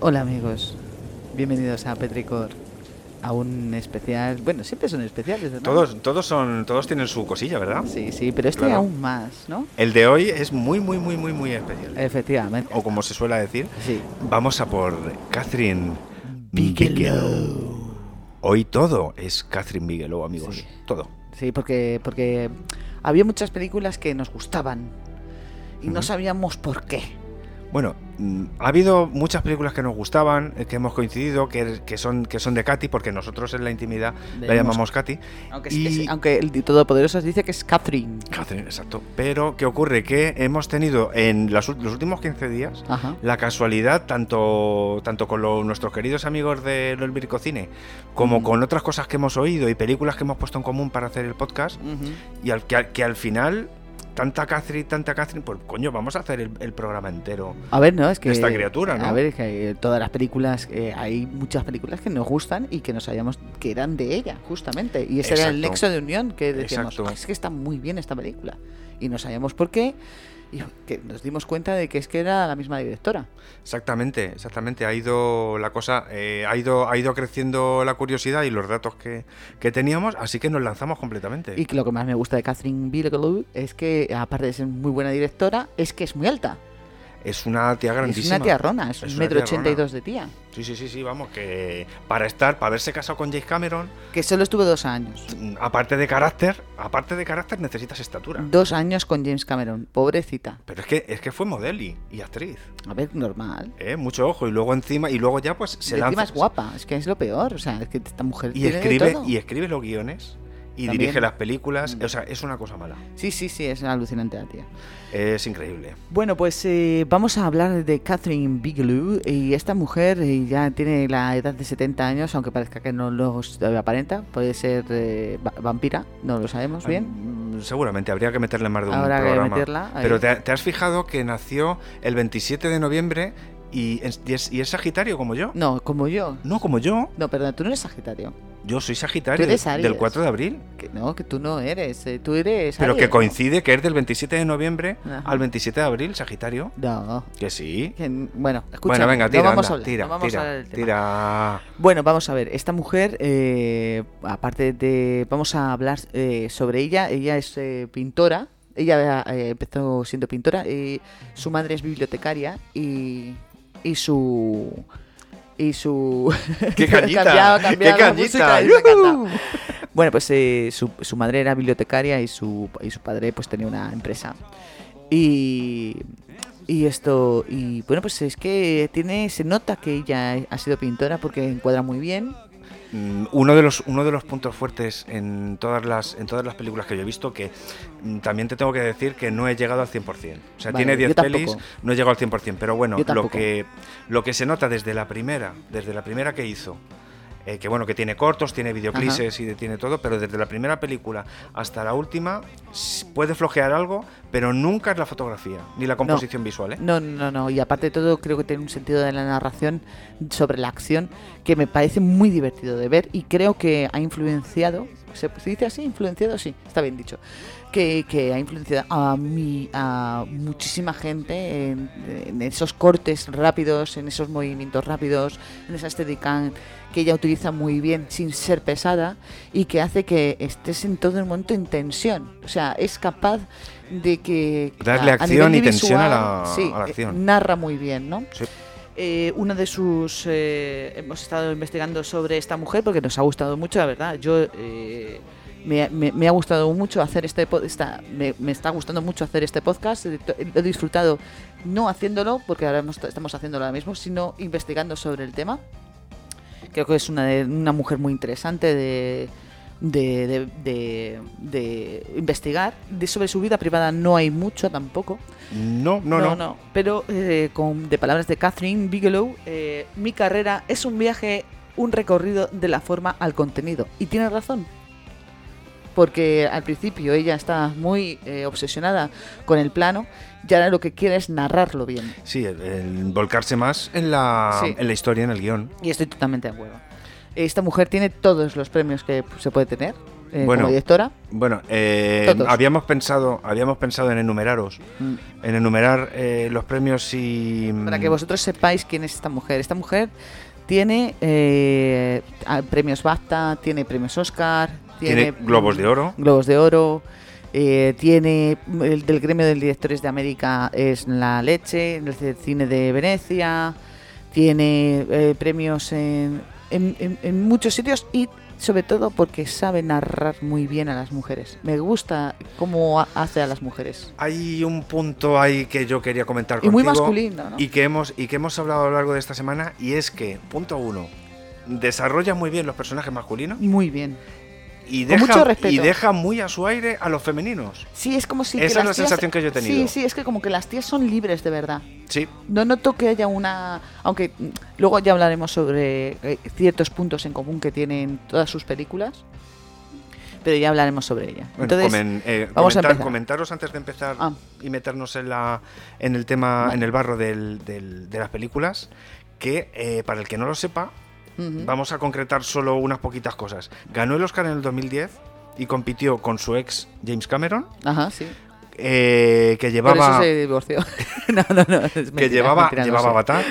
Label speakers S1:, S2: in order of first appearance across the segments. S1: Hola amigos, bienvenidos a Petricor, a un especial. Bueno, siempre son especiales, ¿verdad?
S2: Todos, todos, son, todos tienen su cosilla, ¿verdad?
S1: Sí, sí, pero este
S2: Claro.
S1: aún más, ¿no?
S2: El de hoy es muy, muy, muy, muy, muy especial.
S1: Efectivamente.
S2: O como se suele decir,
S1: Sí.
S2: vamos a por Catherine
S1: Bigelow.
S2: Hoy todo es Catherine Bigelow, amigos.
S1: Sí.
S2: Todo.
S1: Sí, porque, porque había muchas películas que nos gustaban y no
S2: Ujú.
S1: sabíamos por qué.
S2: Bueno, mm, ha habido muchas películas que nos gustaban, eh, que hemos coincidido, que, que son, que son de Katy, porque nosotros en la intimidad
S1: Le
S2: la
S1: llamamos-
S2: llamamos Katy.
S1: Aunque,
S2: Y-
S1: es- es- aunque el Todopoderoso dice que es Catherine.
S2: Catherine, exacto. Pero, ¿qué ocurre? Que hemos tenido en las ul- los últimos 15 días
S1: Ajá.
S2: la casualidad, tanto, tanto con lo- nuestros queridos amigos de Los Vircocine, como
S1: Mm.
S2: con otras cosas que hemos oído y películas que hemos puesto en común para hacer el podcast,
S1: Ujú.
S2: y al, que, al, que al final, tanta Catherine, tanta Catherine, pues coño, vamos a hacer el, el programa entero.
S1: A ver, no, es que.
S2: Esta criatura, ¿no?
S1: A ver, es que eh, todas las películas, eh, hay muchas películas que nos gustan y que no sabíamos que eran de ella, justamente. Y ese era el
S2: Exacto.
S1: nexo de unión que decíamos,
S2: Exacto.
S1: "Ah, es que está muy bien esta película. Y no sabíamos por qué. Y que nos dimos cuenta de que es que era la misma directora.
S2: Exactamente, exactamente. Ha ido la cosa, eh, ha, ido, ha ido creciendo la curiosidad y los datos que, que teníamos, así que nos lanzamos completamente.
S1: Y que lo que más me gusta de Catherine Bigelow es que, aparte de ser muy buena directora, es que es muy alta.
S2: es una tía
S1: Es
S2: grandísima.
S1: una tiarrona, es,
S2: Es
S1: un
S2: una
S1: metro
S2: tiarrona.
S1: ochenta y dos de tía.
S2: Sí, sí, sí, sí, vamos, que para estar, para haberse casado con James Cameron,
S1: Que solo estuvo dos años.
S2: Mm, aparte de carácter, aparte de carácter necesitas estatura.
S1: Dos años con James Cameron, pobrecita.
S2: Pero es que es que fue modelo y, y actriz,
S1: A ver, normal.
S2: ¿eh? mucho ojo y luego encima y luego ya pues se
S1: y
S2: lanza
S1: encima es guapa, es que es lo peor. O sea, es que esta mujer
S2: y
S1: tiene de
S2: escribe
S1: todo.
S2: y escribe los guiones y
S1: También.
S2: dirige las películas,
S1: Mm.
S2: o sea, es una cosa mala.
S1: Sí, sí, sí, es alucinante la tía.
S2: Es increíble.
S1: Bueno, pues eh, vamos a hablar de Catherine Bigelow. Y esta mujer eh, ya tiene la edad de 70 años, aunque parezca que no lo s- lo aparenta. Puede ser eh, va- vampira, no lo sabemos bien.
S2: Mm, Seguramente habría que meterle más de un
S1: Habrá que
S2: programa.
S1: meterla ahí.
S2: Pero te, te has fijado que nació el 27 de noviembre y es, y es- y es Sagitario como yo.
S1: No, como yo.
S2: No, como yo.
S1: No, perdón, tú no eres Sagitario.
S2: Yo soy Sagitario
S1: Tú eres
S2: del-
S1: Aries.
S2: del 4 de abril.
S1: Que no, que tú no eres. eh, tú eres.
S2: Pero que
S1: Aries.
S2: coincide que es del 27 de noviembre
S1: Ajá.
S2: al 27 de abril, Sagitario.
S1: No.
S2: Que sí.
S1: que- bueno, escucha.
S2: bueno, venga, tira,
S1: no vamos a
S2: anda,
S1: hablar,
S2: tira,
S1: no vamos
S2: tira,
S1: a hablar del tema.
S2: tira.
S1: Bueno, vamos a ver, esta mujer, eh, aparte de... Vamos a hablar eh, sobre ella, ella es eh, pintora, ella eh, empezó siendo pintora, eh, su madre es bibliotecaria y, y su... Y su...
S2: ¡Qué cañita!
S1: Cambiaba,
S2: ¡Qué
S1: cambiaba la
S2: cañita!
S1: música y se
S2: ¡Yujú!
S1: cantaba. Bueno, pues eh, su, su madre era bibliotecaria y su, y su padre pues tenía una empresa. Y, y esto, y bueno, pues es que tiene, se nota que ella ha sido pintora porque encuadra muy bien.
S2: Mm, Uno de, los, uno de los puntos fuertes en todas las, en todas las películas que yo he visto, que mm, también te tengo que decir que no he llegado al 100%. O sea,
S1: Vale,
S2: tiene
S1: yo
S2: 10
S1: tampoco.
S2: pelis, no he llegado al 100%. Pero bueno,
S1: Yo
S2: lo
S1: tampoco.
S2: que, lo que se nota desde la primera, desde la primera que hizo, eh, que bueno, que tiene cortos, tiene videoclips y de- tiene todo, pero desde la primera película hasta la última s- puede flojear algo, pero nunca es la fotografía, ni la composición visual. ¿eh?
S1: No, no, no, y aparte de todo creo que tiene un sentido de la narración sobre la acción que me parece muy divertido de ver y creo que ha influenciado, ¿se se dice así? Influenciado, sí, está bien dicho, que, que ha influenciado a, mi, a muchísima gente en, en esos cortes rápidos, en esos movimientos rápidos, en esa estética que ella utiliza muy bien sin ser pesada y que hace que estés en todo el momento en tensión, o sea, es capaz de que
S2: Darle
S1: a- a
S2: acción
S1: nivel
S2: y
S1: de
S2: tensión a la-
S1: sí,
S2: a la
S1: eh,
S2: acción.
S1: narra muy bien, ¿no?
S2: Sí.
S1: Eh, uno de sus. eh, hemos estado investigando sobre esta mujer porque nos ha gustado mucho, la verdad. Yo. eh, me, me- me ha gustado mucho hacer este po- esta, me, me está gustando mucho hacer este podcast. eh, to- He disfrutado no haciéndolo, porque ahora hemos- estamos haciéndolo ahora mismo, sino investigando sobre el tema. Creo que es una, de- una mujer muy interesante de, de, de- de- de investigar. De, sobre su vida privada no hay mucho tampoco.
S2: No, no, no.
S1: Pero eh, con, de palabras de Catherine Bigelow, eh, mi carrera es un viaje, un recorrido de la forma al contenido. Y tiene razón. Porque al principio ella está muy eh, obsesionada con el plano y ahora lo que quiere es narrarlo bien.
S2: Sí, el, el volcarse más en la,
S1: Sí.
S2: en la historia, en el guión.
S1: Y estoy totalmente de acuerdo. Esta mujer tiene todos los premios que se puede tener. eh, como directora.
S2: Bueno, eh,
S1: Todos.
S2: habíamos pensado, habíamos pensado en enumeraros,
S1: Mm.
S2: en enumerar eh, los premios y mm,
S1: Para que vosotros sepáis quién es esta mujer. Esta mujer tiene eh, a- premios BAFTA, tiene premios Oscar,
S2: tiene
S1: tiene,
S2: globos de oro.
S1: Globos de Oro, eh, tiene mm, el del gremio de directores de América es La Leche, el de cine de Venecia, tiene eh, premios en, en- en- en muchos sitios y sobre todo porque sabe narrar muy bien a las mujeres. Me gusta cómo ha- hace a las mujeres.
S2: Hay un punto ahí que yo quería comentar
S1: Y muy
S2: contigo
S1: masculino, ¿no?
S2: y que hemos y que hemos hablado a lo largo de esta semana y es que punto uno desarrolla muy bien los personajes masculinos
S1: Muy bien.
S2: y
S1: Con
S2: deja
S1: mucho respeto.
S2: y deja muy a su aire a los femeninos.
S1: Sí, es como si...
S2: Esa
S1: que
S2: es
S1: las
S2: la
S1: tías-
S2: sensación que yo he tenido.
S1: Sí, sí, es que como que las tías son libres de verdad.
S2: Sí,
S1: No noto que haya una... Aunque mm, luego ya hablaremos sobre eh, ciertos puntos en común que tienen todas sus películas, pero ya hablaremos sobre ella.
S2: Bueno,
S1: Entonces,
S2: comen- eh,
S1: vamos a
S2: comentar-
S1: empezar.
S2: comentaros antes de empezar
S1: Ah.
S2: y meternos en la en el tema
S1: Vale.
S2: en el barro del- del- de las películas que eh, para el que no lo sepa
S1: ujú,
S2: vamos a concretar solo unas poquitas cosas ganó el Oscar en el 2010 y compitió con su ex James Cameron
S1: Ajá, sí.
S2: eh, que
S1: Por
S2: llevaba
S1: eso se divorció. no, no, no. es mentira,
S2: que llevaba
S1: mentira, no
S2: llevaba
S1: sé.
S2: Avatar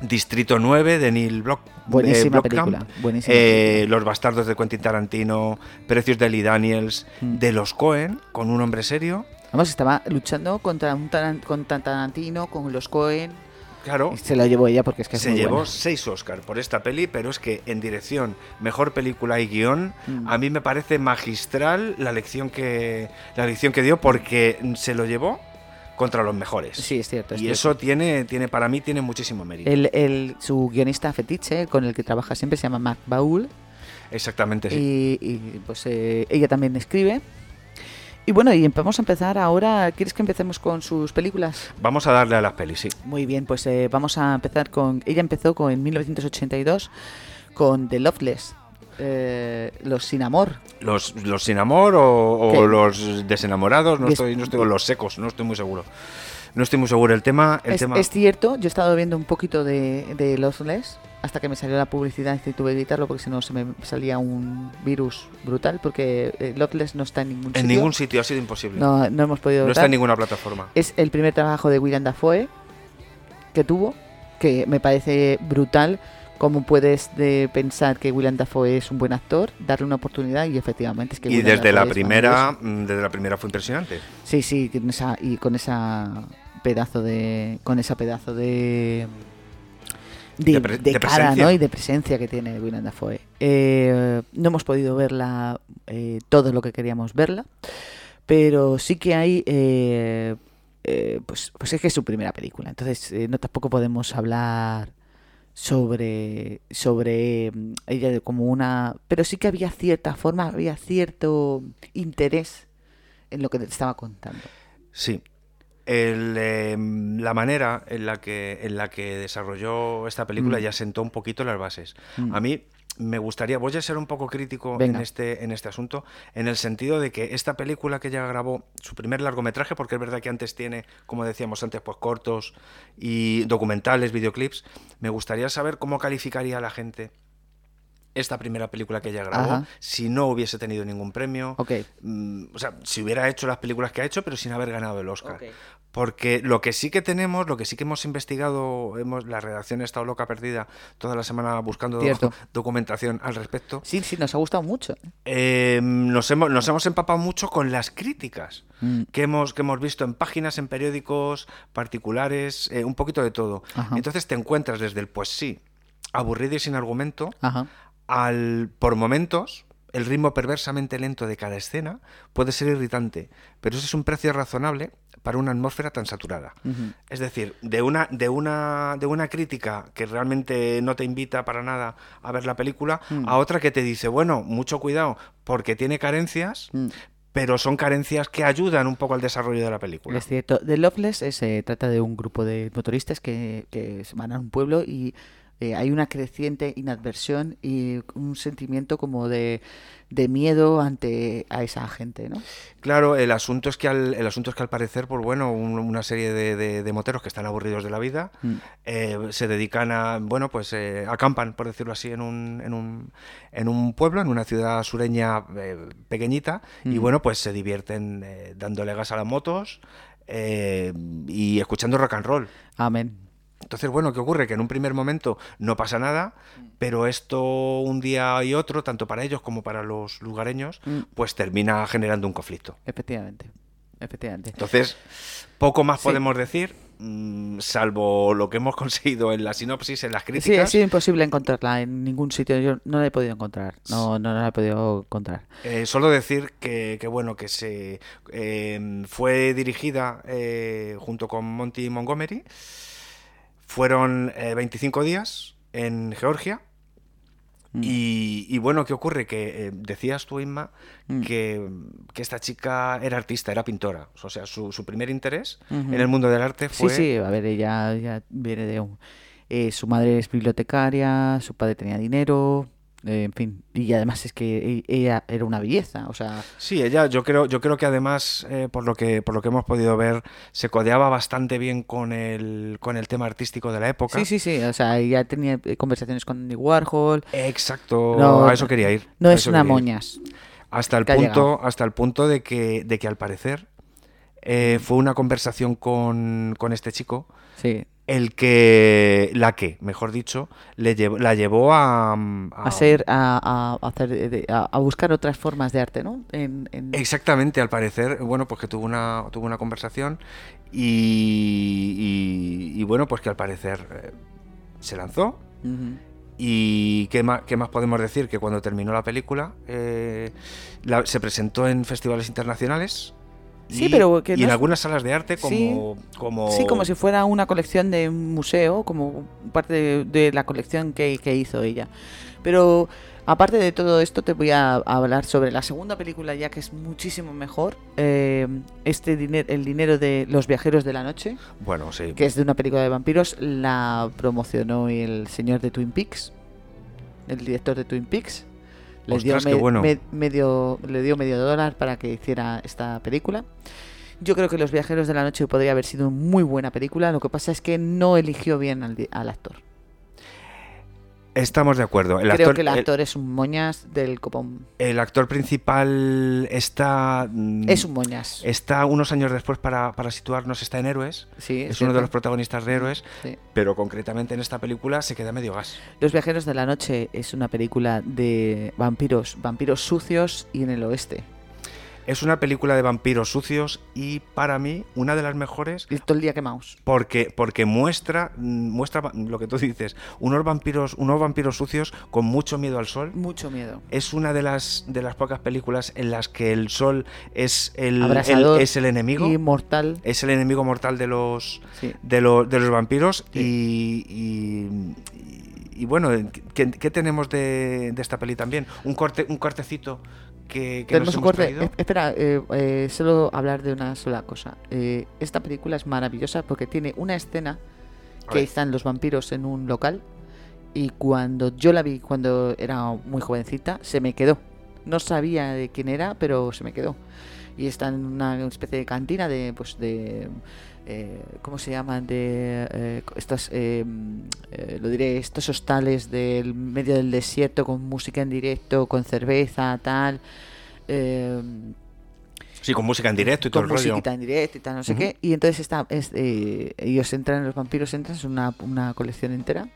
S2: Distrito 9 de Neil Block
S1: Buenísima
S2: eh, Blomkamp,
S1: película. Buenísima.
S2: eh, Los bastardos de Quentin Tarantino, Precios de Lee Daniels,
S1: Mm.
S2: de los Cohen, con un hombre serio.
S1: Vamos, estaba luchando contra un Taran- contra Tarantino, con los Cohen.
S2: Claro,
S1: y Se lo llevó ella porque es que es
S2: se
S1: muy
S2: llevó
S1: buena.
S2: seis Oscar por esta peli, pero es que en dirección, mejor película y guión,
S1: Mm.
S2: a mí me parece magistral la lección que la lección que dio porque se lo llevó contra los mejores.
S1: Sí, es cierto. es
S2: y
S1: cierto.
S2: eso tiene, tiene para mí tiene muchísimo mérito.
S1: El, el- su guionista fetiche, con el que trabaja siempre, se llama Mark Baul.
S2: Exactamente. sí.
S1: Y, y, pues eh, ella también escribe. Y bueno, y em- vamos a empezar ahora. ¿Quieres que empecemos con sus películas?
S2: Vamos a darle a las pelis, sí.
S1: Muy bien, pues eh, vamos a empezar con. Ella empezó con, en 1982 con The Loveless, eh, Los Sin Amor.
S2: Los, los sin amor o, o
S1: ¿Qué?
S2: los desenamorados, no
S1: Des-
S2: estoy, no estoy- o los secos, no estoy muy seguro. No estoy muy seguro. El tema, el
S1: Es, este
S2: tema
S1: es cierto, yo he estado viendo un poquito de, de Loveless hasta que me salió la publicidad y tuve que editarlo porque si no se me salía un virus brutal porque eh, Loveless no está en ningún
S2: en
S1: sitio.
S2: ningún sitio ha sido imposible. No,
S1: no, no hemos podido
S2: está en
S1: votar.
S2: ninguna plataforma.
S1: Es el primer trabajo de William Dafoe que tuvo, que me parece brutal cómo puedes de pensar que William Dafoe es un buen actor, darle una oportunidad y efectivamente es que
S2: Y
S1: Willem Dafoe
S2: desde la
S1: es maravilloso.
S2: primera, mm, desde la primera fue impresionante.
S1: Sí, sí, con esa, y con esa pedazo de con esa pedazo de de,
S2: De pre-
S1: de
S2: de
S1: cara
S2: presencia.
S1: ¿no? y de presencia que tiene Willem Dafoe. Eh, no hemos podido verla eh, todo lo que queríamos verla, pero sí que hay eh, eh, pues, pues es que es su primera película, entonces eh, no tampoco podemos hablar sobre sobre mm, ella de como una pero sí que había cierta forma había cierto interés en lo que te estaba contando
S2: Sí. El, eh, la manera en la que en la que desarrolló esta película
S1: Mm.
S2: ya sentó un poquito las bases.
S1: Mm.
S2: A mí me gustaría, voy a ser un poco crítico en
S1: Venga.
S2: este, en este asunto, en el sentido de que esta película que ella grabó, su primer largometraje, porque es verdad que antes tiene, como decíamos antes, pues cortos y documentales, videoclips, me gustaría saber cómo calificaría a la gente esta primera película que ella grabó,
S1: Ajá.
S2: si no hubiese tenido ningún premio,
S1: Ok.
S2: mm, o sea, si hubiera hecho las películas que ha hecho, pero sin haber ganado el Oscar. Porque lo que sí que tenemos, lo que sí que hemos investigado, hemos, la redacción ha estado loca perdida toda la semana buscando
S1: Cierto.
S2: documentación al respecto.
S1: Sí, sí, nos ha gustado mucho.
S2: Eh, nos, hemos, nos hemos empapado mucho con las críticas
S1: Mm.
S2: que hemos, que hemos visto en páginas, en periódicos particulares, eh, un poquito de todo.
S1: Ajá.
S2: Entonces te encuentras desde el pues sí, aburrido y sin argumento,
S1: Ajá.
S2: al por momentos el ritmo perversamente lento de cada escena puede ser irritante, pero ese es un precio razonable para una atmósfera tan saturada.
S1: Ujú.
S2: Es decir, de una, de una, de una crítica que realmente no te invita para nada a ver la película,
S1: Mm.
S2: a otra que te dice, bueno, mucho cuidado, porque tiene carencias,
S1: Mm.
S2: pero son carencias que ayudan un poco al desarrollo de la película.
S1: Es cierto. The Loveless eh, se trata de un grupo de motoristas que, que se van a un pueblo y eh, hay una creciente inadversión y un sentimiento como de, de miedo ante a esa gente, ¿no?
S2: Claro, el asunto es que al, el asunto es que al parecer, pues bueno, un- una serie de, de- de moteros que están aburridos de la vida
S1: Mm.
S2: eh, se dedican a, bueno, pues eh, acampan, por decirlo así, en un, en un, en un pueblo, en una ciudad sureña eh, pequeñita,
S1: Mm.
S2: y bueno, pues se divierten eh, dándole gas a las motos eh, y escuchando rock and roll.
S1: Amén.
S2: Entonces, bueno, ¿qué ocurre? Que en un primer momento no pasa nada, pero esto un día y otro, tanto para ellos como para los lugareños,
S1: Mm.
S2: pues termina generando un conflicto.
S1: Efectivamente. Efectivamente.
S2: Entonces, poco más
S1: Sí.
S2: podemos decir, mm, salvo lo que hemos conseguido en la sinopsis, en
S1: Sí,
S2: las
S1: ha
S2: críticas.
S1: sido imposible encontrarla en ningún sitio. Yo no la he podido encontrar. No, no la he podido encontrar.
S2: Eh, solo decir que, que bueno, que se eh, fue dirigida eh, junto con Monty Montgomery. Fueron eh, 25 días en Georgia.
S1: Mm.
S2: Y, y bueno, ¿qué ocurre? Que eh, decías tú, Inma,
S1: Mm.
S2: que, que esta chica era artista, era pintora. O sea, su, su primer interés
S1: Ujú.
S2: en el mundo del arte fue...
S1: Sí, sí, a ver, ella, ella viene de un... eh, su madre es bibliotecaria, su padre tenía dinero, eh, en fin. Y además es que e- ella era una belleza, o sea...
S2: Sí, ella, yo creo, yo creo que además, eh, por lo que, por lo que hemos podido ver, se codeaba bastante bien con el, con el tema artístico de la época.
S1: Sí, sí, sí, o sea, ella tenía eh, conversaciones con Andy Warhol.
S2: Exacto,
S1: No,
S2: a eso quería ir.
S1: No
S2: a
S1: es
S2: eso
S1: una
S2: quería ir.
S1: moñas.
S2: Hasta el
S1: que ha
S2: punto,
S1: llegado.
S2: hasta el punto de que, de que al parecer eh, fue una conversación con, con este chico
S1: Sí,
S2: el que, la que, mejor dicho, le llevó- la llevó a, mm, a-
S1: a, ser, a, a- a hacer, eh, de- a, a buscar otras formas de arte, ¿no? En, en-
S2: Exactamente, al parecer, bueno, pues que tuvo una, tuvo una conversación y, y- y bueno, pues que al parecer eh, se lanzó.
S1: Ujú.
S2: ¿Y qué más, qué más podemos decir? Que cuando terminó la película eh, la- se presentó en festivales internacionales.
S1: Sí,
S2: y,
S1: pero que
S2: y
S1: no
S2: en
S1: es-
S2: algunas salas de arte
S1: Sí.
S2: como... como
S1: Sí, como si fuera una colección de un museo, como parte de, de la colección que, que hizo ella. Pero aparte de todo esto, te voy a, a hablar sobre la segunda película, ya que es muchísimo mejor. eh, este diner- El dinero de los viajeros de la noche,
S2: Bueno, sí.
S1: que es de una película de vampiros, la promocionó el señor de Twin Peaks, el director de Twin Peaks. Le
S2: Ostras,
S1: dio
S2: qué bueno.
S1: medio, le dio medio dólar para que hiciera esta película. Yo creo que Los Viajeros de la Noche podría haber sido muy buena película. Lo que pasa es que no eligió bien al, di- al actor.
S2: Estamos de acuerdo. El
S1: creo
S2: actor,
S1: que el
S2: el-
S1: actor es un moñas del copón.
S2: el actor principal está... mm,
S1: Es un moñas.
S2: Está unos años después para, para situarnos, está en Héroes.
S1: sí,
S2: Es uno de los
S1: cierto.
S2: protagonistas de Héroes.
S1: Sí.
S2: pero concretamente en esta película se queda medio gas.
S1: Los Viajeros de la Noche es una película de vampiros, vampiros sucios y en el oeste.
S2: Es una película de vampiros sucios y para mí una de las mejores
S1: Y todo el día quemados.
S2: porque, porque muestra, mm, muestra va- lo que tú dices, unos vampiros, unos vampiros sucios con mucho miedo al sol.
S1: Mucho miedo.
S2: Es una de las, de las pocas películas en las que el sol es el,
S1: Abrasador
S2: el- es el enemigo.
S1: Inmortal.
S2: Es el enemigo mortal de los,
S1: Sí.
S2: de, lo- de los vampiros y, y- y bueno, ¿qué, qué tenemos de, de esta peli también? Un corte, un cortecito que, que nos
S1: Tenemos un
S2: hemos
S1: corte.
S2: traído.
S1: Eh, Espera, eh, eh, solo hablar de una sola cosa. Eh, esta película es maravillosa porque tiene una escena
S2: A
S1: que
S2: ver.
S1: están los vampiros en un local y cuando yo la vi cuando era muy jovencita se me quedó. No sabía de quién era, pero se me quedó. Y está en una especie de cantina de, pues, de, eh, ¿cómo se llaman? De eh, estas, eh, eh, lo diré, estos hostales del medio del desierto con música en directo, con cerveza, tal. eh,
S2: Sí, con música en directo y todo
S1: con
S2: el rollo.
S1: musiquita en directo y tal, no sé
S2: Ujú.
S1: qué. Y entonces está, es, eh, ellos entran, los vampiros entran, es una, una colección entera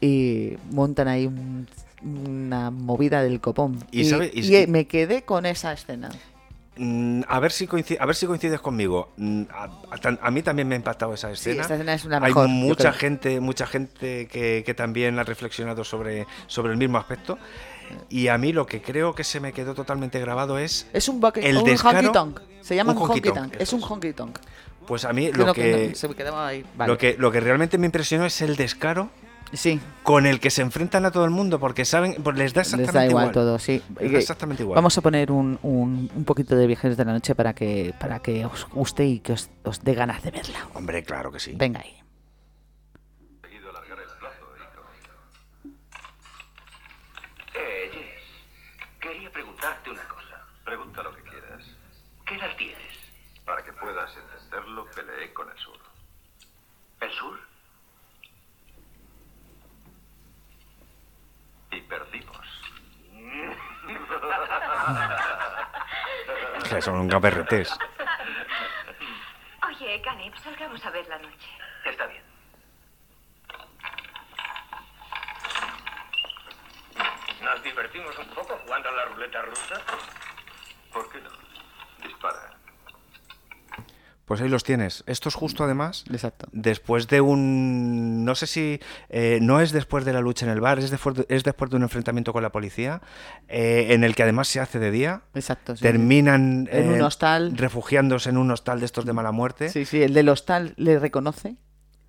S1: y montan ahí un- una movida del copón.
S2: Y sabe- y-
S1: y, eh, me quedé con esa escena.
S2: Mm, a, ver si coincide, a ver si coincides conmigo. Mm, A, a tan- a mí también me ha impactado esa
S1: Sí,
S2: escena.
S1: esta escena es una
S2: Hay
S1: mejor. yo
S2: mucha
S1: creo.
S2: gente, mucha gente que, que también ha reflexionado sobre, sobre el mismo aspecto. Y a mí lo que creo que se me quedó totalmente grabado es
S1: Es un, bucket,
S2: El
S1: un
S2: descaro-
S1: honky tonk. Se llama
S2: un
S1: honky,
S2: honky
S1: tonk.
S2: tonk,
S1: Es
S2: eso
S1: un
S2: es.
S1: honky tonk.
S2: Pues a mí
S1: Creo
S2: lo
S1: que
S2: que,
S1: no- se me quedaba ahí. Vale.
S2: lo, que, lo que realmente me impresionó es el descaro
S1: Sí,
S2: con el que se enfrentan a todo el mundo, porque saben, pues les da
S1: les da
S2: exactamente
S1: igual,
S2: igual.
S1: todo, sí.
S2: Les
S1: Y-
S2: da exactamente igual.
S1: Vamos a poner un, un, un poquito de Viajeros de la Noche para que, para que os guste y que os, os dé ganas de verla.
S2: Hombre, claro que sí.
S1: Venga ahí.
S2: que son un gamberretés.
S3: Oye, pues Canip, salgamos a ver la noche.
S4: Está bien.
S5: Nos divertimos un poco jugando a la ruleta rusa.
S4: ¿Por qué no? Dispara.
S2: Pues ahí los tienes. Esto es justo además
S1: Exacto.
S2: después de un... No sé si... eh, no es después de la lucha en el bar, es después de, es después de un enfrentamiento con la policía, eh, en el que además se hace de día.
S1: Exacto. sí.
S2: Terminan eh,
S1: En un hostal.
S2: refugiándose en un hostal de estos de mala muerte
S1: Sí, sí, el del hostal le reconoce.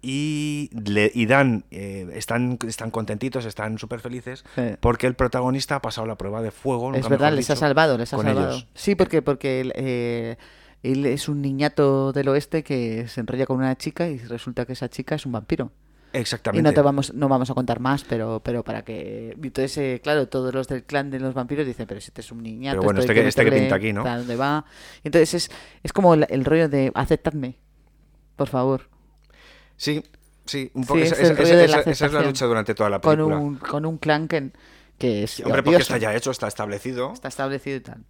S2: y, le, y dan, eh, están, están contentitos, están súper felices
S1: Sí.
S2: porque el protagonista ha pasado la prueba de fuego. nunca
S1: es
S2: mejor
S1: verdad, les ha
S2: dicho,
S1: salvado, les ha
S2: con
S1: salvado.
S2: ellos.
S1: Sí, porque, porque él, eh, él es un niñato del oeste que se enrolla con una chica y resulta que esa chica es un vampiro. Y
S2: Exactamente.
S1: no te vamos, no vamos a contar más, pero, pero para que. Entonces, eh, claro, todos los del clan de los vampiros dicen, pero si este es un niñato.
S2: Pero bueno,
S1: esto
S2: este
S1: de
S2: que-
S1: no
S2: este
S1: te
S2: que
S1: creen,
S2: pinta aquí, ¿no?
S1: ¿para dónde va? Entonces es, es como el, el rollo de aceptadme, por favor.
S2: Sí, sí, un
S1: Sí,
S2: poco. esa-
S1: es el
S2: esa-
S1: rollo
S2: esa-
S1: de la
S2: esa- esa es la
S1: aceptación.
S2: lucha durante toda la
S1: Con
S2: película.
S1: un, con un clan que, que es.
S2: Hombre, porque
S1: odioso.
S2: está ya hecho, está establecido.
S1: Está establecido y tal.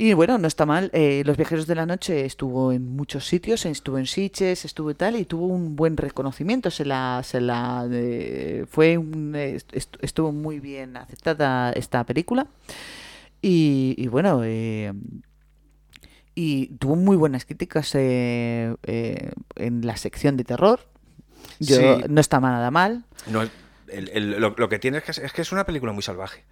S1: Y bueno, no está mal. eh, Los Viajeros de la Noche estuvo en muchos sitios, estuvo en Sitges, estuvo y tal, y tuvo un buen reconocimiento. Se la, se la eh, fue un, eh, est- estuvo muy bien aceptada esta película. Y, y bueno, eh, y tuvo muy buenas críticas eh, eh, en la sección de terror. Yo,
S2: Sí.
S1: No está nada mal.
S2: No, el- el- lo, lo que tiene es que es, es que es una película muy salvaje.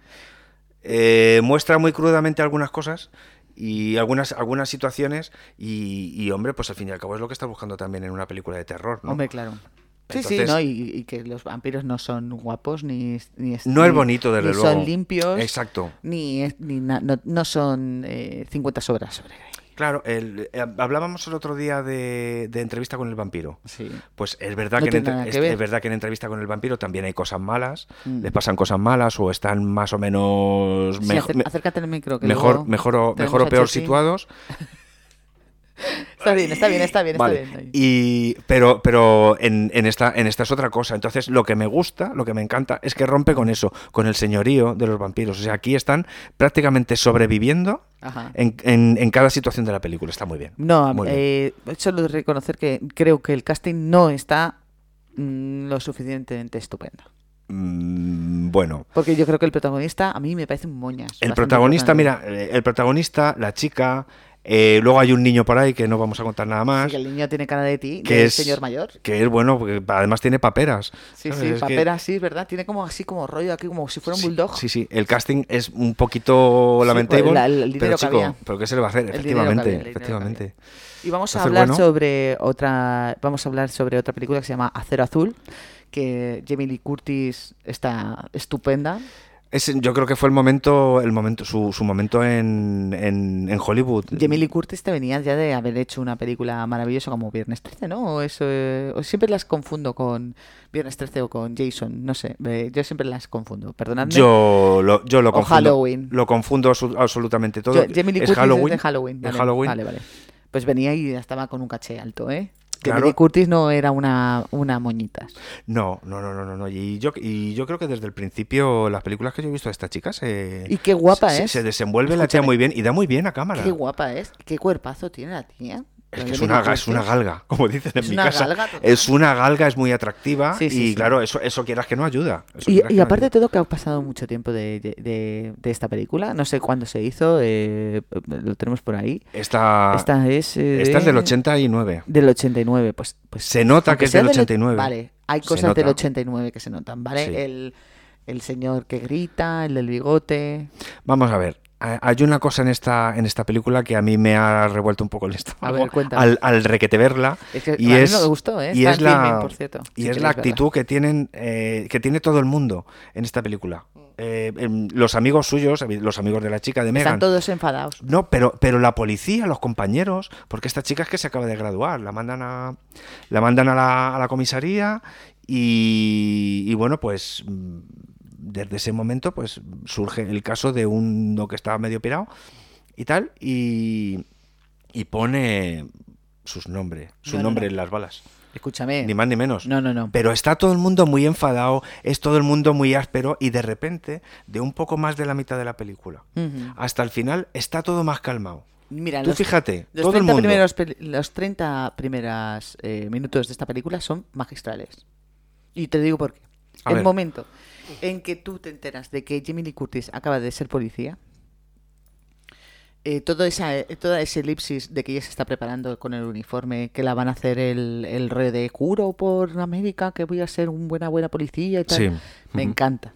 S2: Eh, muestra muy crudamente algunas cosas y algunas, algunas situaciones y, y, hombre, pues al fin y al cabo es lo que estás buscando también en una película de terror, ¿no?
S1: Hombre, claro. Sí, sí,
S2: Entonces-
S1: ¿no? Y, y que los vampiros no son guapos ni... ni es-
S2: No
S1: ni-
S2: es bonito, desde
S1: ni
S2: luego.
S1: son limpios.
S2: Exacto.
S1: Ni, es- ni na- no, no son eh, 50 sobras sobre Grey.
S2: Claro, el- eh, hablábamos el otro día de, de entrevista con el vampiro.
S1: Sí.
S2: Pues es verdad,
S1: No
S2: que
S1: tiene
S2: en entre-
S1: nada que
S2: es,
S1: ver.
S2: es verdad que en entrevista con el vampiro también hay cosas malas,
S1: Mm.
S2: le pasan cosas malas o están más o menos
S1: Sí,
S2: mejo-
S1: acer-
S2: me-
S1: acércate al micro. que luego
S2: mejor, mejor, o,
S1: tenemos
S2: mejor o
S1: a
S2: peor
S1: Chechi.
S2: situados.
S1: Está bien, está bien, está bien. Está
S2: Vale.
S1: bien.
S2: Y, pero pero en, en esta, en esta es otra cosa. Entonces, lo que me gusta, lo que me encanta, es que rompe con eso, con el señorío de los vampiros. O sea, aquí están prácticamente sobreviviendo
S1: Ajá.
S2: en, en- en cada situación de la película. Está muy bien.
S1: No,
S2: eh, Muy bien.
S1: eh, solo reconocer que creo que el casting no está mm, lo suficientemente estupendo.
S2: Mm, bueno.
S1: Porque yo creo que el protagonista a mí me parece un moñas.
S2: El
S1: bastante
S2: protagonista,
S1: protagonista.
S2: mira, eh, el protagonista, la chica, eh, luego hay un niño por ahí que no vamos a contar nada
S1: Sí,
S2: más.
S1: que el niño tiene cara de ti,
S2: que
S1: de
S2: es-
S1: señor mayor.
S2: Que es bueno, porque además tiene paperas.
S1: Sí,
S2: ¿sabes?
S1: sí,
S2: Es que-
S1: papera, sí, es verdad. Tiene como así como rollo aquí, como si fuera un
S2: Sí,
S1: bulldog.
S2: Sí, sí, el casting es un poquito
S1: Sí,
S2: lamentable.
S1: pues, la- el dinero
S2: pero
S1: que
S2: chico,
S1: había.
S2: ¿pero qué se le va a hacer?
S1: dinero que
S2: efectivamente,
S1: había, el dinero que
S2: efectivamente.
S1: Y vamos a
S2: Entonces,
S1: hablar
S2: bueno.
S1: sobre otra. Vamos a hablar sobre otra película que se llama Acero Azul, que Jamie Lee Curtis está estupenda.
S2: Es- yo creo que fue el momento, el momento, su, su momento en, en, en Hollywood.
S1: Jamie Lee Curtis te venía ya de haber hecho una película maravillosa como Viernes 13, ¿no? O eso, eh, o siempre las confundo con Viernes 13 o con Jason, no sé. eh, yo siempre las confundo, perdonadme.
S2: Yo lo, yo lo
S1: O
S2: confundo.
S1: Halloween.
S2: Lo confundo asu- absolutamente todo.
S1: Yo- Jamie Lee
S2: es
S1: Curtis
S2: Halloween.
S1: es de Halloween.
S2: es
S1: Vale,
S2: Halloween.
S1: Vale, vale. Pues venía y estaba con un caché alto, ¿eh?
S2: Claro.
S1: Jamie Lee Curtis no era una, una moñitas.
S2: No, no, no, no, no, no. Y yo, y yo creo que desde el principio las películas que yo he visto de esta chica se.
S1: Y qué guapa
S2: se,
S1: es.
S2: Se desenvuelve la tía
S1: Escúchame.
S2: muy bien y da muy bien a cámara.
S1: Qué guapa es. Qué cuerpazo tiene la tía.
S2: Es
S1: Pero
S2: que es
S1: Jamie
S2: una,
S1: Lee
S2: ga- es una
S1: Curtis-
S2: galga, como dicen en
S1: Es
S2: mi
S1: una
S2: casa.
S1: galga total.
S2: es una galga, es muy atractiva
S1: Sí, sí,
S2: y
S1: sí.
S2: claro, eso, eso quieras que no ayuda. Eso
S1: Y,
S2: quieras
S1: y
S2: que no
S1: aparte de
S2: ayuda.
S1: todo que ha pasado mucho tiempo de, de- de- de esta película, no sé cuándo se hizo, eh, lo tenemos por ahí.
S2: Esta, Ah, esta,
S1: esta es... eh,
S2: es del 89.
S1: Del 89, pues... pues
S2: Se nota
S1: aunque
S2: que es
S1: sea
S2: del 89.
S1: Vale, hay
S2: Se
S1: cosas del
S2: nota.
S1: 89 que se notan, ¿vale?
S2: Sí.
S1: El, el señor que grita, el del bigote...
S2: Vamos a ver. ha- Hay una cosa en esta, en esta película que a mí me ha revuelto un poco el
S1: A
S2: estómago
S1: ver, cuéntame.
S2: al, al requete verla.
S1: Es que
S2: y
S1: a mí
S2: es,
S1: no me gustó, ¿eh?
S2: y
S1: Está
S2: es
S1: en
S2: la,
S1: filming, por cierto,
S2: y
S1: si
S2: es la
S1: queréis verla.
S2: actitud que, tienen, eh, que tiene todo el mundo en esta película. Eh, em, los amigos suyos, los amigos de la chica de Megan,
S1: Mm. Están todos enfadados.
S2: No, pero, pero la policía, los compañeros, porque esta chica es que se acaba de graduar, la mandan a la, mandan a la, a la comisaría y, y bueno, pues mm, desde ese momento pues surge el caso de uno que estaba medio pirado y tal y, y pone sus nombres, su
S1: No, no,
S2: nombre
S1: no.
S2: en las balas,
S1: Escúchame.
S2: ni más ni menos.
S1: No, no, no.
S2: Pero está todo el mundo muy enfadado, es todo el mundo muy áspero y de repente, de un poco más de la mitad de la película
S1: Ujú.
S2: hasta el final está todo más calmado.
S1: Mira,
S2: Tú
S1: los,
S2: fíjate,
S1: los
S2: todo
S1: 30
S2: el mundo.
S1: primeros, peli- los 30 primeras eh, minutos de esta película son magistrales. Y te digo por qué.
S2: A
S1: el
S2: ver.
S1: momento en que tú te enteras de que Jimmy Lee Curtis acaba de ser policía, eh, todo esa, eh, toda esa elipsis de que ella se está preparando con el uniforme, que la van a hacer el, el rey de curo por América, que voy a ser una buena, buena policía y tal.
S2: Sí.
S1: Me
S2: Ujú.
S1: encanta.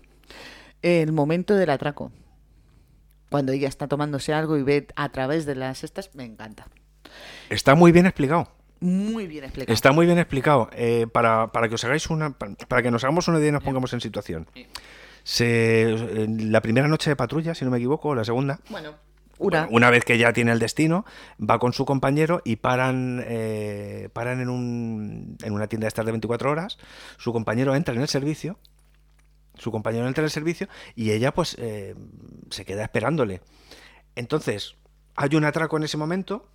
S1: El momento del atraco, cuando ella está tomándose algo y ve a través de las estas, me encanta.
S2: Está muy bien explicado.
S1: Muy bien explicado.
S2: Está muy bien explicado. Eh, para, para que os hagáis una, para, para que nos hagamos una idea y nos pongamos en situación. Se, en la primera noche de patrulla, si no me equivoco, o la segunda.
S1: Bueno, una.
S2: Bueno, vez que ya tiene el destino, va con su compañero y paran, eh, paran en, un, en una tienda de estas de 24 horas. Su compañero entra en el servicio. Su compañero entra en el servicio y ella pues eh, se queda esperándole. Entonces, hay un atraco en ese momento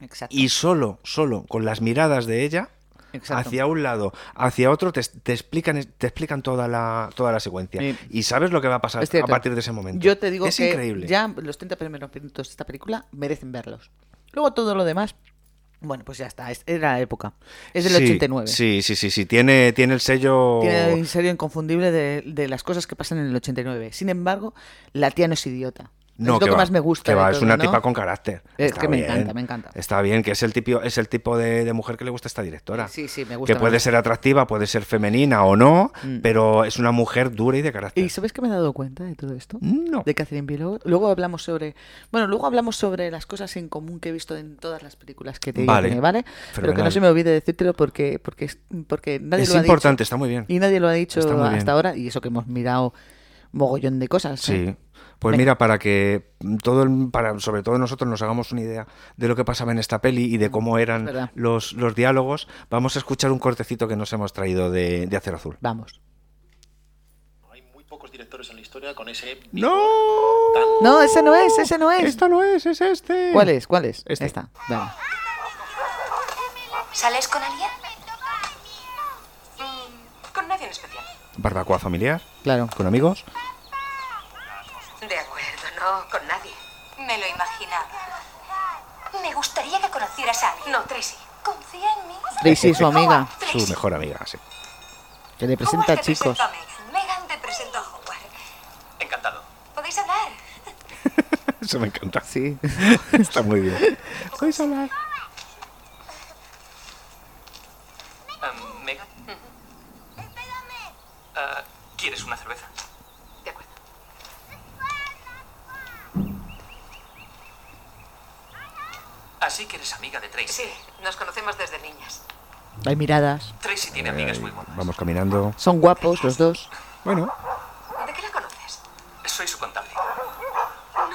S1: Exacto.
S2: y solo, solo con las miradas de ella,
S1: Exacto.
S2: hacia un lado, hacia otro, te, te explican, te explican toda la, toda la secuencia.
S1: Sí.
S2: Y sabes lo que va a pasar
S1: Es cierto.
S2: a partir de ese momento.
S1: Este Yo te digo
S2: es
S1: que
S2: increíble.
S1: ya los 30 primeros minutos de esta película merecen verlos. Luego todo lo demás, bueno, pues ya está. es- Era la época. Es del
S2: Sí,
S1: 89.
S2: Sí, sí, sí, sí. Tiene, tiene el sello.
S1: Tiene un serio inconfundible de, de las cosas que pasan en el 89. Sin embargo, la tía no es idiota. es lo
S2: que
S1: que
S2: va,
S1: más me gusta.
S2: que
S1: de
S2: va, es
S1: todo,
S2: una
S1: ¿no?
S2: tipa con carácter.
S1: Es
S2: Está
S1: que me
S2: bien.
S1: encanta, me encanta.
S2: Está bien, que es el tipo, es el tipo de, de mujer que le gusta esta directora.
S1: Sí, sí, me gusta,
S2: Que
S1: me
S2: puede
S1: gusta.
S2: ser atractiva, puede ser femenina o no,
S1: Mm.
S2: pero es una mujer dura y de carácter.
S1: ¿Y sabes que me he dado cuenta de todo esto?
S2: No.
S1: De Catherine Bigelow. Luego hablamos sobre. Bueno, luego hablamos sobre las cosas en común que he visto en todas las películas que te digo
S2: Vale.
S1: que me vale. Pero que no
S2: Fenomenal.
S1: se me olvide decírtelo porque, porque, es- porque nadie
S2: es
S1: lo ha
S2: importante, está muy bien.
S1: dicho. Y nadie lo ha dicho
S2: Está muy
S1: hasta
S2: bien.
S1: ahora. Y eso que hemos mirado mogollón de cosas. ¿eh?
S2: Sí. Pues
S1: Venga.
S2: mira, para que todo el- para, sobre todo nosotros nos hagamos una idea de lo que pasaba en esta peli y de cómo
S1: Es verdad.
S2: eran los, los diálogos, vamos a escuchar un cortecito que nos hemos traído de, de Acero Azul.
S1: Vamos.
S6: Hay muy pocos directores en la historia con ese
S2: ¡No!
S1: No, ese no es, ese no es.
S2: Esto no es, es este.
S1: ¿Cuál es? ¿Cuál es?
S2: Este.
S1: Esta. Vale.
S7: ¿Sales con alguien?
S3: Mm, con nadie en especial.
S2: Barbacoa familiar,
S1: Claro.
S2: con amigos.
S3: De acuerdo, no, con nadie.
S7: Me lo imaginaba. Me gustaría que conocieras a alguien.
S3: No, Tracy.
S7: Confía en mí.
S1: Tracy es su amiga.
S7: Tracy.
S2: Su mejor amiga, sí.
S1: Que le
S7: Howard
S1: presenta
S7: te
S1: chicos.
S7: presento a Megan. Megan te presento a Howard.
S5: Encantado.
S7: ¿Podéis hablar?
S2: Eso me encanta.
S1: Sí.
S2: Está muy bien. ¿Podéis hablar?
S5: Em, Megan. Eh, ¿Quieres una cerveza?
S3: De acuerdo.
S5: Así Ah, que eres amiga de Tracy.
S3: Sí, nos conocemos desde niñas.
S1: Hay miradas.
S5: Tracy tiene amigas muy guapas.
S2: Vamos caminando.
S1: Son guapos los dos.
S2: Bueno,
S3: ¿De qué la conoces?
S5: Soy su contable.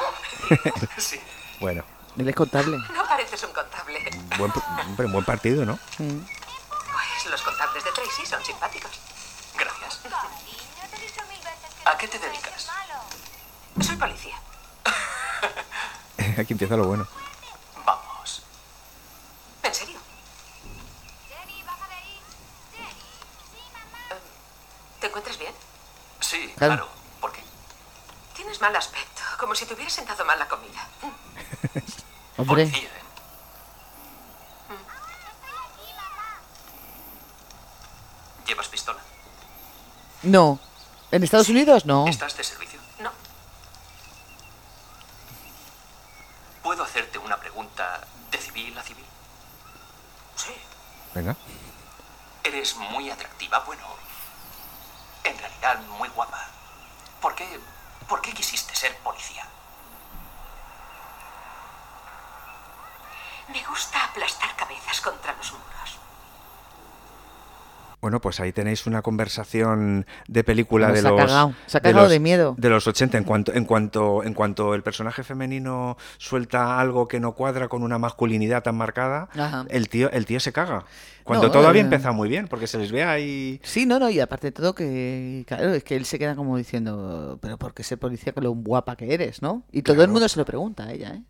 S5: sí.
S2: bueno.
S1: Él es contable.
S3: No pareces un contable.
S2: Buen, hombre, buen partido, ¿no?
S3: Pues los contables de Tracy son simpáticos.
S5: Gracias.
S7: te he dicho mil veces
S5: ¿A qué te dedicas?
S3: Soy policía.
S2: Aquí empieza lo bueno.
S5: Vamos.
S3: ¿En serio? ¿Te encuentras bien?
S5: Sí,
S1: Claro.
S5: claro. ¿Por qué?
S3: Tienes mal aspecto, como si te hubieras sentado mal la comida.
S1: Hombre.
S5: Policía, ¿eh? ¿Llevas pistola?
S1: No. ¿En Estados Unidos? No.
S5: ¿Estás de servicio?
S3: No,
S5: ¿Puedo hacerte una pregunta de civil a civil? Sí.
S2: Venga.
S5: Eres muy atractiva, bueno, en realidad muy guapa. ¿Por qué, por qué quisiste ser policía?
S3: me gusta aplastar cabezas contra los muros.
S2: Bueno, pues ahí tenéis una conversación de película
S1: Bueno,
S2: de
S1: se ha
S2: los.
S1: cagao, se ha cagao de miedo.
S2: De los 80. En cuanto, en, cuanto, en cuanto el personaje femenino suelta algo que no cuadra con una masculinidad tan marcada,
S1: Ajá.
S2: el tío, el tío se caga. Cuando
S1: No,
S2: todavía
S1: eh,
S2: empieza muy bien, porque se les ve ahí.
S1: Sí, no, no, y aparte de todo que, claro, es que él se queda como diciendo, pero ¿por qué ser policía con lo guapa que eres, no? Y todo el
S2: Claro.
S1: mundo se lo pregunta a ella, ¿eh?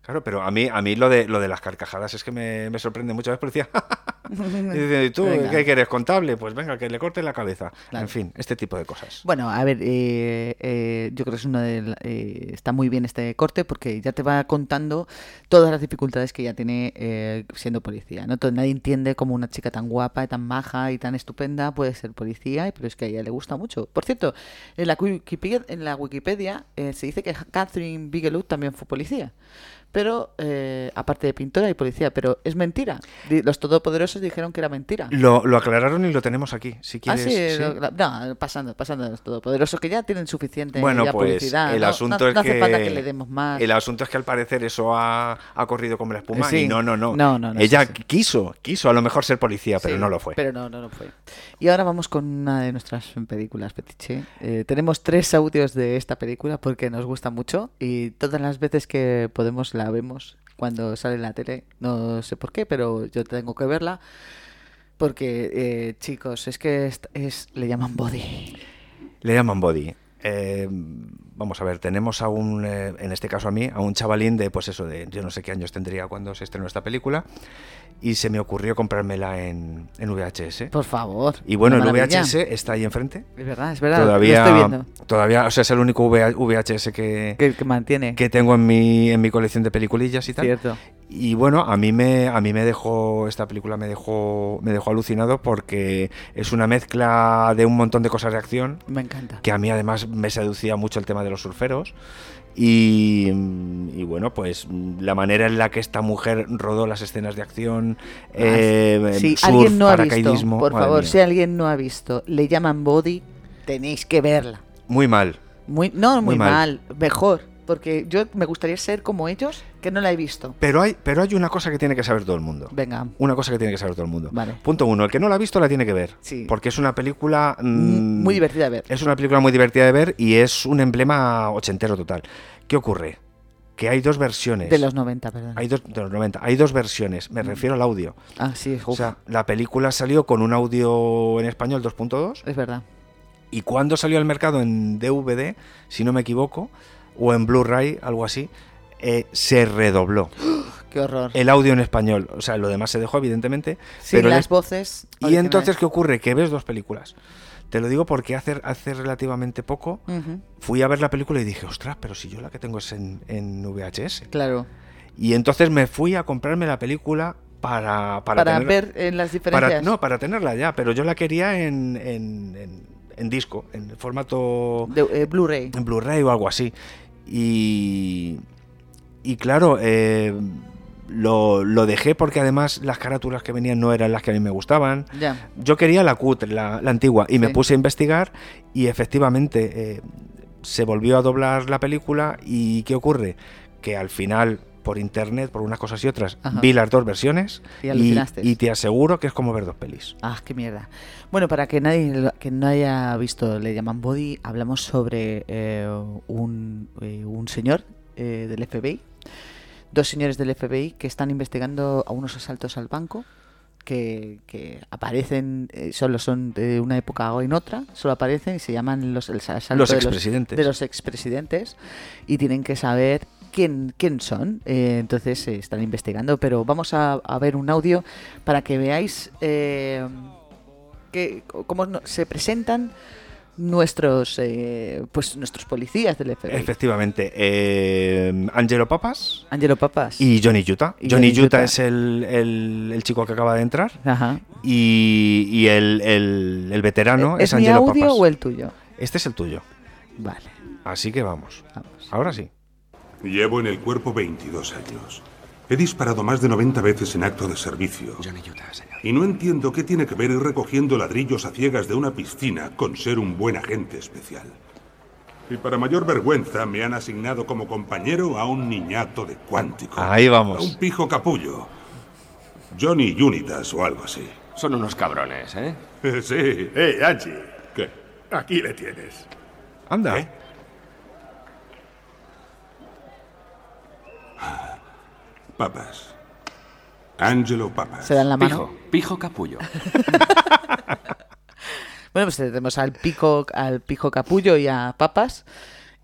S2: Claro, pero a mí, a mí lo, de, lo de las carcajadas es que me, me sorprende muchas veces, porque decía, y dice, "¿Y tú
S1: Venga.
S2: qué quieres, contable? Pues venga, que le corte la cabeza.
S1: Claro.
S2: En fin, este tipo de cosas.
S1: Bueno, a ver, eh, eh, yo creo que es una de la- eh, está muy bien este corte porque ya te va contando todas las dificultades que ya tiene eh, siendo policía. No Todo- nadie entiende cómo una chica tan guapa, y tan maja y tan estupenda puede ser policía, pero es que a ella le gusta mucho. Por cierto, en la Wikipedia, en la Wikipedia eh, se dice que Catherine Bigelow también fue policía. Pero, eh, aparte de pintora y policía, pero es mentira. Di- Los todopoderosos dijeron que era mentira.
S2: Lo, lo aclararon y lo tenemos aquí, si
S1: Ah,
S2: quieres.
S1: sí,
S2: ¿sí?
S1: lo- la- no, pasando, pasando a los todopoderosos, que ya tienen suficiente
S2: Bueno,
S1: ya
S2: pues
S1: Este, publicidad.
S2: el
S1: ¿no?
S2: asunto
S1: No-
S2: es
S1: no
S2: que
S1: hace falta que le demos más.
S2: El asunto es que al parecer eso ha, ha corrido como la espuma
S1: Eh, sí.
S2: y no, no, no.
S1: No, no, no,
S2: Ella
S1: sí, sí.
S2: quiso, quiso a lo mejor ser policía, pero
S1: Sí,
S2: no lo fue.
S1: Pero no, no lo fue. Y ahora vamos con una de nuestras películas, Petiche. Eh, tenemos tres audios de esta película porque nos gusta mucho y todas las veces que podemos la vemos cuando sale en la tele. No sé por qué, pero yo tengo que verla porque, eh, chicos, es que es, es- le llaman body.
S2: Le llaman Body. Eh, vamos a ver, tenemos a un, eh, en este caso a mí, a un chavalín de, pues eso, de yo no sé qué años tendría cuando se estrenó esta película y se me ocurrió comprármela en, en VHS.
S1: Por favor.
S2: y bueno, el
S1: una maravilla.
S2: VHS está ahí enfrente.
S1: Es verdad, es verdad. lo estoy
S2: Todavía,
S1: viendo.
S2: todavía, o sea, es el único VHS que,
S1: Que, que mantiene.
S2: que tengo en mi, en mi colección de peliculillas y tal.
S1: Cierto.
S2: Y bueno, a mí me, a mí me dejó, esta película me dejó, me dejó alucinado porque es una mezcla de un montón de cosas de acción,
S1: Me encanta.
S2: que a mí además me seducía mucho el tema de los surferos. Y, y bueno, pues la manera en la que esta mujer rodó las escenas de acción, eh,
S1: si
S2: surf,
S1: Ah, alguien no ha visto,
S2: paracaidismo,
S1: por
S2: madre
S1: favor,
S2: mía.
S1: si alguien no ha visto, le llaman Body, tenéis que verla.
S2: muy mal.
S1: Muy, no, muy,
S2: Muy
S1: mal.
S2: mal.
S1: mejor. Porque yo me gustaría ser como ellos, que no la he visto.
S2: Pero hay, pero hay una cosa que tiene que saber todo el mundo.
S1: Venga.
S2: Una cosa que tiene que saber todo el mundo.
S1: Vale.
S2: Punto uno, el que no la ha visto la tiene que ver.
S1: Sí.
S2: Porque es una película...
S1: Mm,
S2: mm,
S1: Muy divertida de ver.
S2: Es una película muy divertida de ver y es un emblema ochentero total. ¿Qué ocurre? Que hay dos versiones.
S1: De los 90, perdón.
S2: hay dos, de los 90. Hay dos versiones, me refiero al audio.
S1: Ah, sí, uf,
S2: O sea, la película salió con un audio en español 2.2
S1: es verdad.
S2: y cuando salió al mercado en DVD, si no me equivoco, o en Blu-ray, algo así, eh, se redobló
S1: Qué horror.
S2: el audio en español. O sea, lo demás se dejó, evidentemente.
S1: Sin
S2: eh, pero en
S1: las voces.
S2: y
S1: originales.
S2: entonces, ¿qué ocurre? Que ves dos películas. Te lo digo porque hace, hace relativamente poco
S1: Ujú,
S2: fui a ver la película y dije, ostras, pero si yo la que tengo es en, en VHS.
S1: Claro.
S2: Y entonces me fui a comprarme la película para... Para,
S1: Para,
S2: tener-
S1: ver eh, las
S2: para-
S1: diferencias.
S2: no, para tenerla ya, pero yo la quería en, en- en- en disco, en formato...
S1: de eh, Blu-ray.
S2: En Blu-ray o algo así. Y... Y claro, eh, lo, lo dejé porque además las carátulas que venían no eran las que a mí me gustaban.
S1: Ya.
S2: Yo quería la cutre, la, la antigua, y me
S1: Sí.
S2: puse a investigar y efectivamente eh, se volvió a doblar la película y ¿qué ocurre? Que al final, por internet, por unas cosas y otras,
S1: Ajá.
S2: vi las dos versiones
S1: Y alucinaste.
S2: y te aseguro que es como ver dos pelis.
S1: Ah, qué mierda. Bueno, para que nadie lo- que no haya visto Le llaman Body, hablamos sobre eh, un, eh, un señor eh, del FBI, dos señores del FBI que están investigando a unos asaltos al banco que, que aparecen, eh, solo son de una época o en otra, solo aparecen y se llaman los, el asalto
S2: Los
S1: de los
S2: expresidentes.
S1: de los expresidentes y tienen que saber quién, quién son. Eh, entonces se están investigando, pero vamos a, a ver un audio para que veáis eh, que, cómo no- se presentan nuestros eh, pues nuestros policías del FBI.
S2: Efectivamente, eh, Angelo Papas
S1: Angelo Papas.
S2: y Johnny Utah.
S1: Y
S2: Johnny,
S1: Johnny
S2: Utah,
S1: Utah.
S2: es el, el- el chico que acaba de entrar
S1: Ajá.
S2: y, y el, el- el veterano
S1: ¿Es,
S2: Ah, es,
S1: mi
S2: Angelo
S1: audio
S2: Papas.
S1: o el tuyo?
S2: Este es el tuyo,
S1: Vale,
S2: así que vamos.
S1: vamos.
S2: Ahora sí.
S8: Llevo en el cuerpo 22 años. He disparado más de 90 veces en acto de servicio. Y no entiendo qué tiene que ver ir recogiendo ladrillos a ciegas de una piscina con ser un buen agente especial. Y para mayor vergüenza me han asignado como compañero a un niñato de cuántico.
S2: Ahí vamos.
S8: A un pijo capullo. Johnny Unitas o algo así.
S9: Son unos cabrones, ¿eh?
S8: Sí.
S10: ¡Eh, Angie!
S8: ¿Qué?
S10: Aquí le tienes.
S2: Anda.
S8: ¿Eh? Papas. Angelo Papas.
S1: Se dan la mano.
S9: Pijo, pijo capullo.
S1: Bueno, pues tenemos al pico, al pijo capullo y a papas.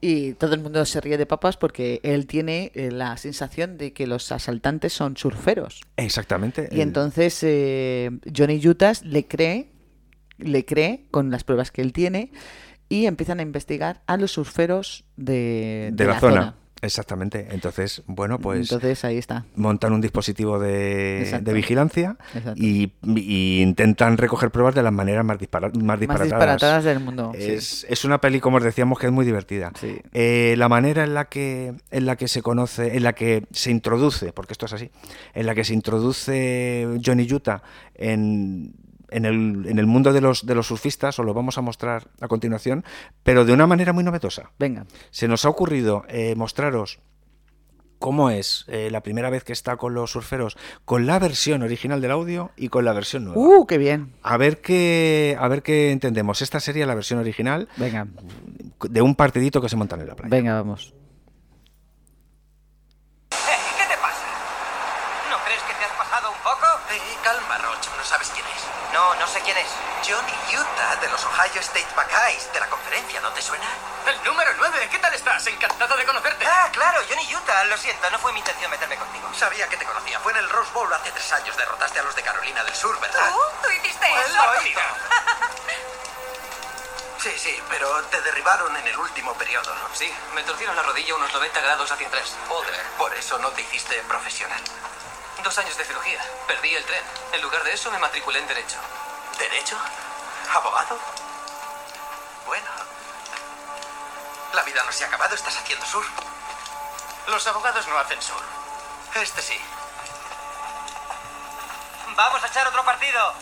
S1: Y todo el mundo se ríe de papas porque él tiene eh, la sensación de que los asaltantes son surferos.
S2: Exactamente.
S1: Y
S2: el-
S1: entonces eh, Johnny Utah le cree, le cree con las pruebas que él tiene y empiezan a investigar a los surferos de, de
S2: de, la, zona. Exactamente. Entonces, bueno, pues
S1: Entonces ahí está.
S2: montan un dispositivo de,
S1: Exacto.
S2: de vigilancia
S1: Exacto.
S2: y, y intentan recoger pruebas de las maneras más, dispara- más
S1: Más
S2: disparatadas.
S1: disparatadas del mundo. sí.
S2: Es, es una peli, como os decíamos, que es muy divertida.
S1: Sí.
S2: Eh, la manera en la, que, en la que se conoce, en la que se introduce, porque esto es así, en la que se introduce Johnny Utah en, en el, en el mundo de los, de los surfistas, os lo vamos a mostrar a continuación, pero de una manera muy novedosa.
S1: Venga.
S2: Se nos ha ocurrido eh, mostraros cómo es eh, la primera vez que está con los surferos, con la versión original del audio y con la versión nueva.
S1: ¡Uh, qué bien!
S2: A ver qué, a ver qué entendemos. Esta sería la versión original
S1: Venga,
S2: de un partidito que se montan en la playa.
S1: venga, vamos.
S5: ¿Qué te pasa? ¿No crees que te has pasado un poco? calma, Roch, no sabes quién es. No, no sé quién es. Johnny Utah, de los Ohio State Buckeyes, de la conferencia, ¿no te suena? El número 9, ¿qué tal estás? Encantado de conocerte. Ah, claro, Johnny Utah, lo siento, no fue mi intención meterme contigo. Sabía que te conocía, fue en el Rose Bowl hace tres años, derrotaste a los de Carolina del Sur, ¿verdad?
S7: ¿Tú? ¿Tú hiciste
S5: Pues
S7: eso?
S5: lo hizo. Sí, sí, pero te derribaron en el último periodo. Sí, me torcieron la rodilla unos 90 grados hacia atrás. Joder. Por eso no te hiciste profesional. Dos años de cirugía. Perdí el tren. En lugar de eso me matriculé en Derecho. ¿Derecho? ¿Abogado? Bueno. La vida no se ha acabado. Estás haciendo sur. Los abogados no hacen sur. Este sí. Vamos a echar otro partido.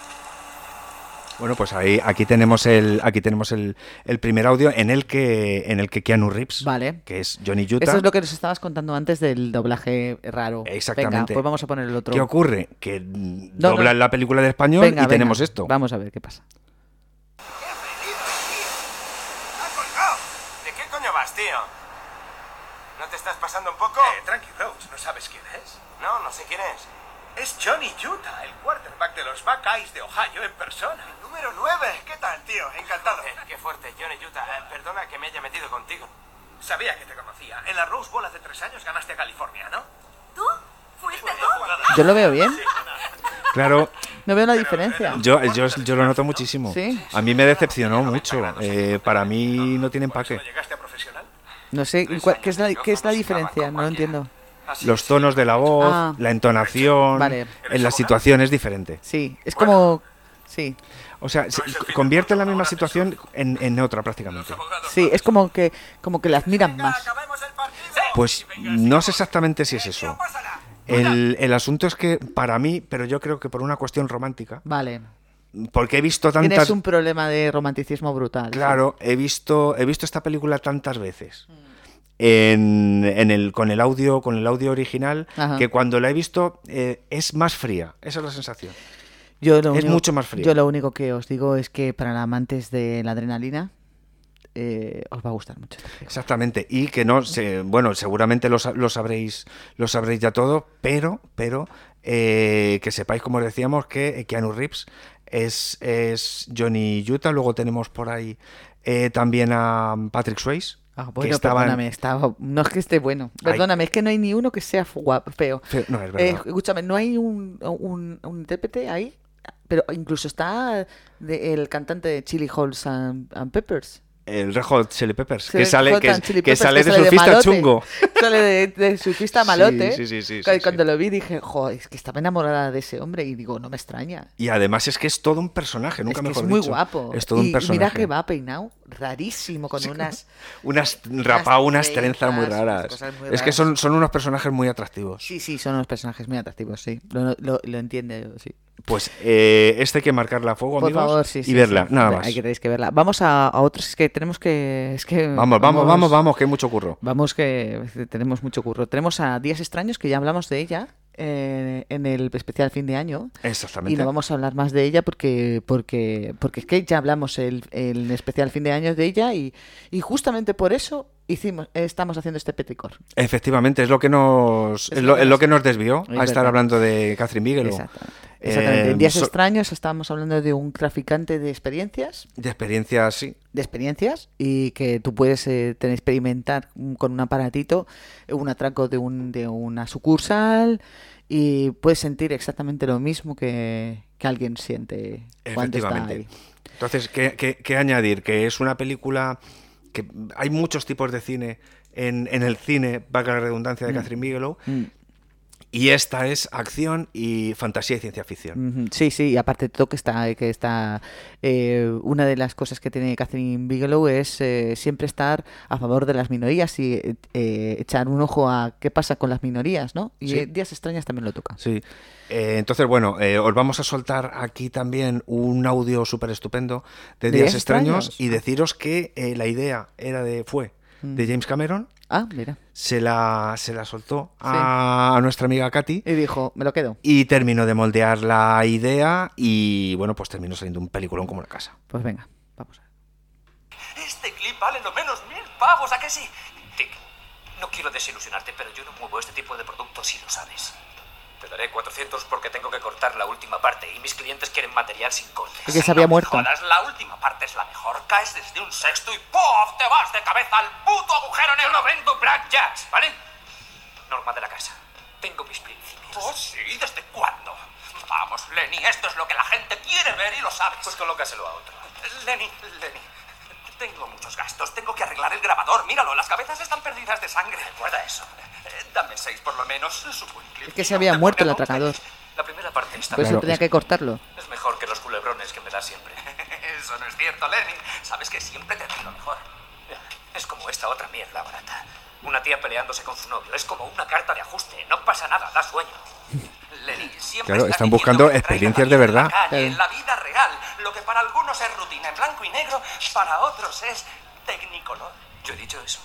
S2: Bueno, pues ahí, aquí tenemos el, aquí tenemos el, el primer audio en el que, en el que Keanu Reeves,
S1: Vale.
S2: que es Johnny Utah.
S1: Eso es lo que nos estabas contando antes del doblaje raro. Venga,
S2: Exactamente.
S1: pues vamos a poner el otro.
S2: ¿Qué ocurre? Que mm,
S1: No,
S2: doblan
S1: no.
S2: la película de español
S1: Venga,
S2: y
S1: venga.
S2: tenemos esto.
S1: Vamos a ver qué pasa.
S5: ¿De qué coño vas, tío? ¿No te estás pasando un poco?
S4: Eh, Tranqui Roach, ¿no sabes quién es?
S5: No, no sé quién es.
S4: Es Johnny Utah, el quarterback de los Buckeyes de Ohio en persona.
S5: Número 9. ¿Qué tal, tío? Encantado. qué fuerte, Johnny Utah. Eh, perdona que me haya metido contigo.
S4: Sabía que te conocía. En la Rose Bowl hace tres años ganaste a California, ¿no?
S7: ¿Tú? ¿Fuiste tú?
S1: Yo lo veo bien.
S2: Claro,
S1: No veo la diferencia.
S2: yo, yo, yo lo noto muchísimo.
S1: Sí.
S2: A mí me decepcionó mucho. Eh, para mí no tiene empaque.
S4: ¿Llegaste a profesional?
S1: No sé, ¿cuál- ¿qué es la, qué es la diferencia? No lo entiendo.
S2: Los tonos de la voz,
S1: Ah.
S2: la entonación,
S1: Vale.
S2: en la situación es diferente.
S1: Sí, es como... Sí,
S2: O sea, se- convierte la misma situación en, en otra prácticamente.
S1: sí, es como que, como que las miran más.
S2: Pues no sé exactamente si es eso. El, el asunto es que para mí, pero yo creo que por una cuestión romántica,
S1: Vale.
S2: porque he visto
S1: Tienes
S2: tantas...
S1: un problema de romanticismo brutal. sí.
S2: Claro, he visto, he visto esta película tantas veces.
S1: Mm.
S2: En, en el, con el audio con el audio original
S1: Ajá.
S2: que cuando la he visto eh, es más fría esa es la sensación
S1: Yo lo
S2: Es
S1: único-
S2: mucho más frío.
S1: Yo lo único que os digo es que para amantes de la adrenalina, eh, os va a gustar mucho. esta película.
S2: exactamente y que no se, bueno seguramente lo, sa- lo sabréis lo sabréis ya todo pero pero eh, que sepáis como os decíamos que eh, Keanu Reeves es, es Johnny Utah luego tenemos por ahí eh, también a Patrick Swayze
S1: Ah,
S2: que
S1: bueno,
S2: estaban-
S1: perdóname, estaba- no es que esté bueno.
S2: Ay.
S1: Perdóname, es que no hay ni uno que sea fu- guap- feo.
S2: Feo, no, es verdad.
S1: Eh, escúchame, no hay un, un, un intérprete ahí, pero incluso está de- el cantante de Chili Halls and, and Peppers.
S2: el Red Hot Chili Peppers que
S1: Red
S2: sale
S1: Hot
S2: que,
S1: and Chili
S2: que
S1: Peppers,
S2: sale de surfista
S1: malote.
S2: chungo
S1: Sale de, de surfista
S2: Sí,
S1: malote.
S2: sí, sí, sí,
S1: Cu-
S2: sí,
S1: Cuando
S2: sí.
S1: lo vi dije, jo, es que estaba enamorada de ese hombre y digo, no me extraña.
S2: Y además es que es todo un personaje, nunca
S1: es que es
S2: mejor
S1: muy
S2: dicho.
S1: guapo.
S2: Es todo
S1: y
S2: un personaje.
S1: mira que va peinado, rarísimo, con unas...
S2: Unas rapa, unas trenzas muy
S1: trenzas, unas
S2: raras.
S1: cosas muy
S2: Es que
S1: raras.
S2: son, son unos personajes muy atractivos.
S1: Sí, sí, son unos personajes muy atractivos, sí. Lo, lo, lo entiende, sí.
S2: Pues eh, este hay que marcarla a fuego,
S1: Por
S2: amigos,
S1: favor, sí,
S2: y
S1: sí,
S2: verla,
S1: sí.
S2: nada
S1: Ve-
S2: más.
S1: Hay que, tenéis que verla. Vamos a, a otros, es que tenemos que... Es que
S2: Vamos, vamos, vamos, vamos, que hay mucho curro.
S1: Vamos que tenemos mucho curro. Tenemos a Días Extraños, que ya hablamos de ella eh, en el especial fin de año.
S2: Exactamente.
S1: Y no vamos a hablar más de ella porque porque porque es que ya hablamos el, el especial fin de año de ella y, y justamente por eso hicimos estamos haciendo este peticor.
S2: Efectivamente, es lo que nos es lo, es lo que nos desvió
S1: Es
S2: a estar
S1: verdad.
S2: hablando de Catherine Bigelow.
S1: Exactamente. Exactamente.
S2: Eh,
S1: en Días
S2: so-
S1: Extraños estábamos hablando de un traficante de experiencias.
S2: De experiencia, sí.
S1: de experiencias y que tú puedes eh, tener- experimentar un- con un aparatito eh, un atraco de, un, de una sucursal y puedes sentir exactamente lo mismo que, que alguien siente cuando está ahí.
S2: Efectivamente. Entonces, ¿qué, qué- qué añadir? Que es una película que hay muchos tipos de cine en, en el cine, vaga la redundancia de Catherine Bigelow,
S1: Mm,
S2: y esta es acción y fantasía y ciencia ficción.
S1: mhm. Sí, sí, y aparte de todo que está, que está eh, una de las cosas que tiene Catherine Bigelow es eh, siempre estar a favor de las minorías y eh, eh, echar un ojo a qué pasa con las minorías, ¿no? Y
S2: Sí.
S1: eh, Días Extrañas también lo toca.
S2: Sí. Eh, entonces, bueno, eh, os vamos a soltar aquí también un audio súper estupendo de
S1: ¿De
S2: Días
S1: Días
S2: Extraños,
S1: Extraños? Ah.
S2: y deciros que eh, la idea era de, fue
S1: Mm.
S2: de James Cameron,
S1: Ah, mira.
S2: se la, se la soltó a, a nuestra amiga Katy.
S1: Y dijo, me lo quedo.
S2: Y terminó de moldear la idea y bueno, pues terminó saliendo un peliculón como la casa.
S1: Pues venga, vamos a ver.
S5: Este clip vale lo menos mil pavos, ¿a que sí? Dick, no quiero desilusionarte, pero yo no muevo este tipo de productos si lo sabes. Te daré 400 porque tengo que cortar la última parte y mis clientes quieren material sin cortes.
S1: Es que se había
S5: No me
S1: muerto.
S5: jodas, la última parte es la mejor. Caes desde un sexto y ¡puf! Te vas de cabeza al puto agujero negro. No vendo blackjacks, ¿vale? Norma de la casa. Tengo mis principios. ¿Oh, sí? ¿Desde cuándo? Vamos, Lenny, esto es lo que la gente quiere ver y lo sabes. Pues colócaselo a otro. Lenny, Lenny. Tengo muchos gastos, tengo que arreglar el grabador. Míralo, las cabezas están perdidas de sangre. Recuerda eso. Eh, Dame seis por lo menos. Es un buen clip.
S1: Es que
S5: Y
S1: se
S5: no
S1: había
S5: te
S1: muerto el
S5: pongas
S1: atracador. Pues
S5: seis. La primera parte está
S1: Por eso
S2: Claro,
S1: tenía
S2: es-
S1: que cortarlo.
S5: es mejor que los culebrones que me das siempre. Eso no es cierto, Lenny. Sabes que siempre te doy lo mejor. Es como esta otra mierda barata. Una tía peleándose con su novio. Es como una carta de ajuste. No pasa nada, da sueño. Lenny, siempre
S2: Claro,
S5: estás
S2: están
S5: diciendo
S2: buscando
S5: que traiga
S2: experiencias de
S5: la vida en la
S2: verdad.
S5: calle, en
S1: Claro.
S5: la vida real. Lo que para algunos es rutina en blanco y negro, para otros es tecnicolor. Yo he dicho eso.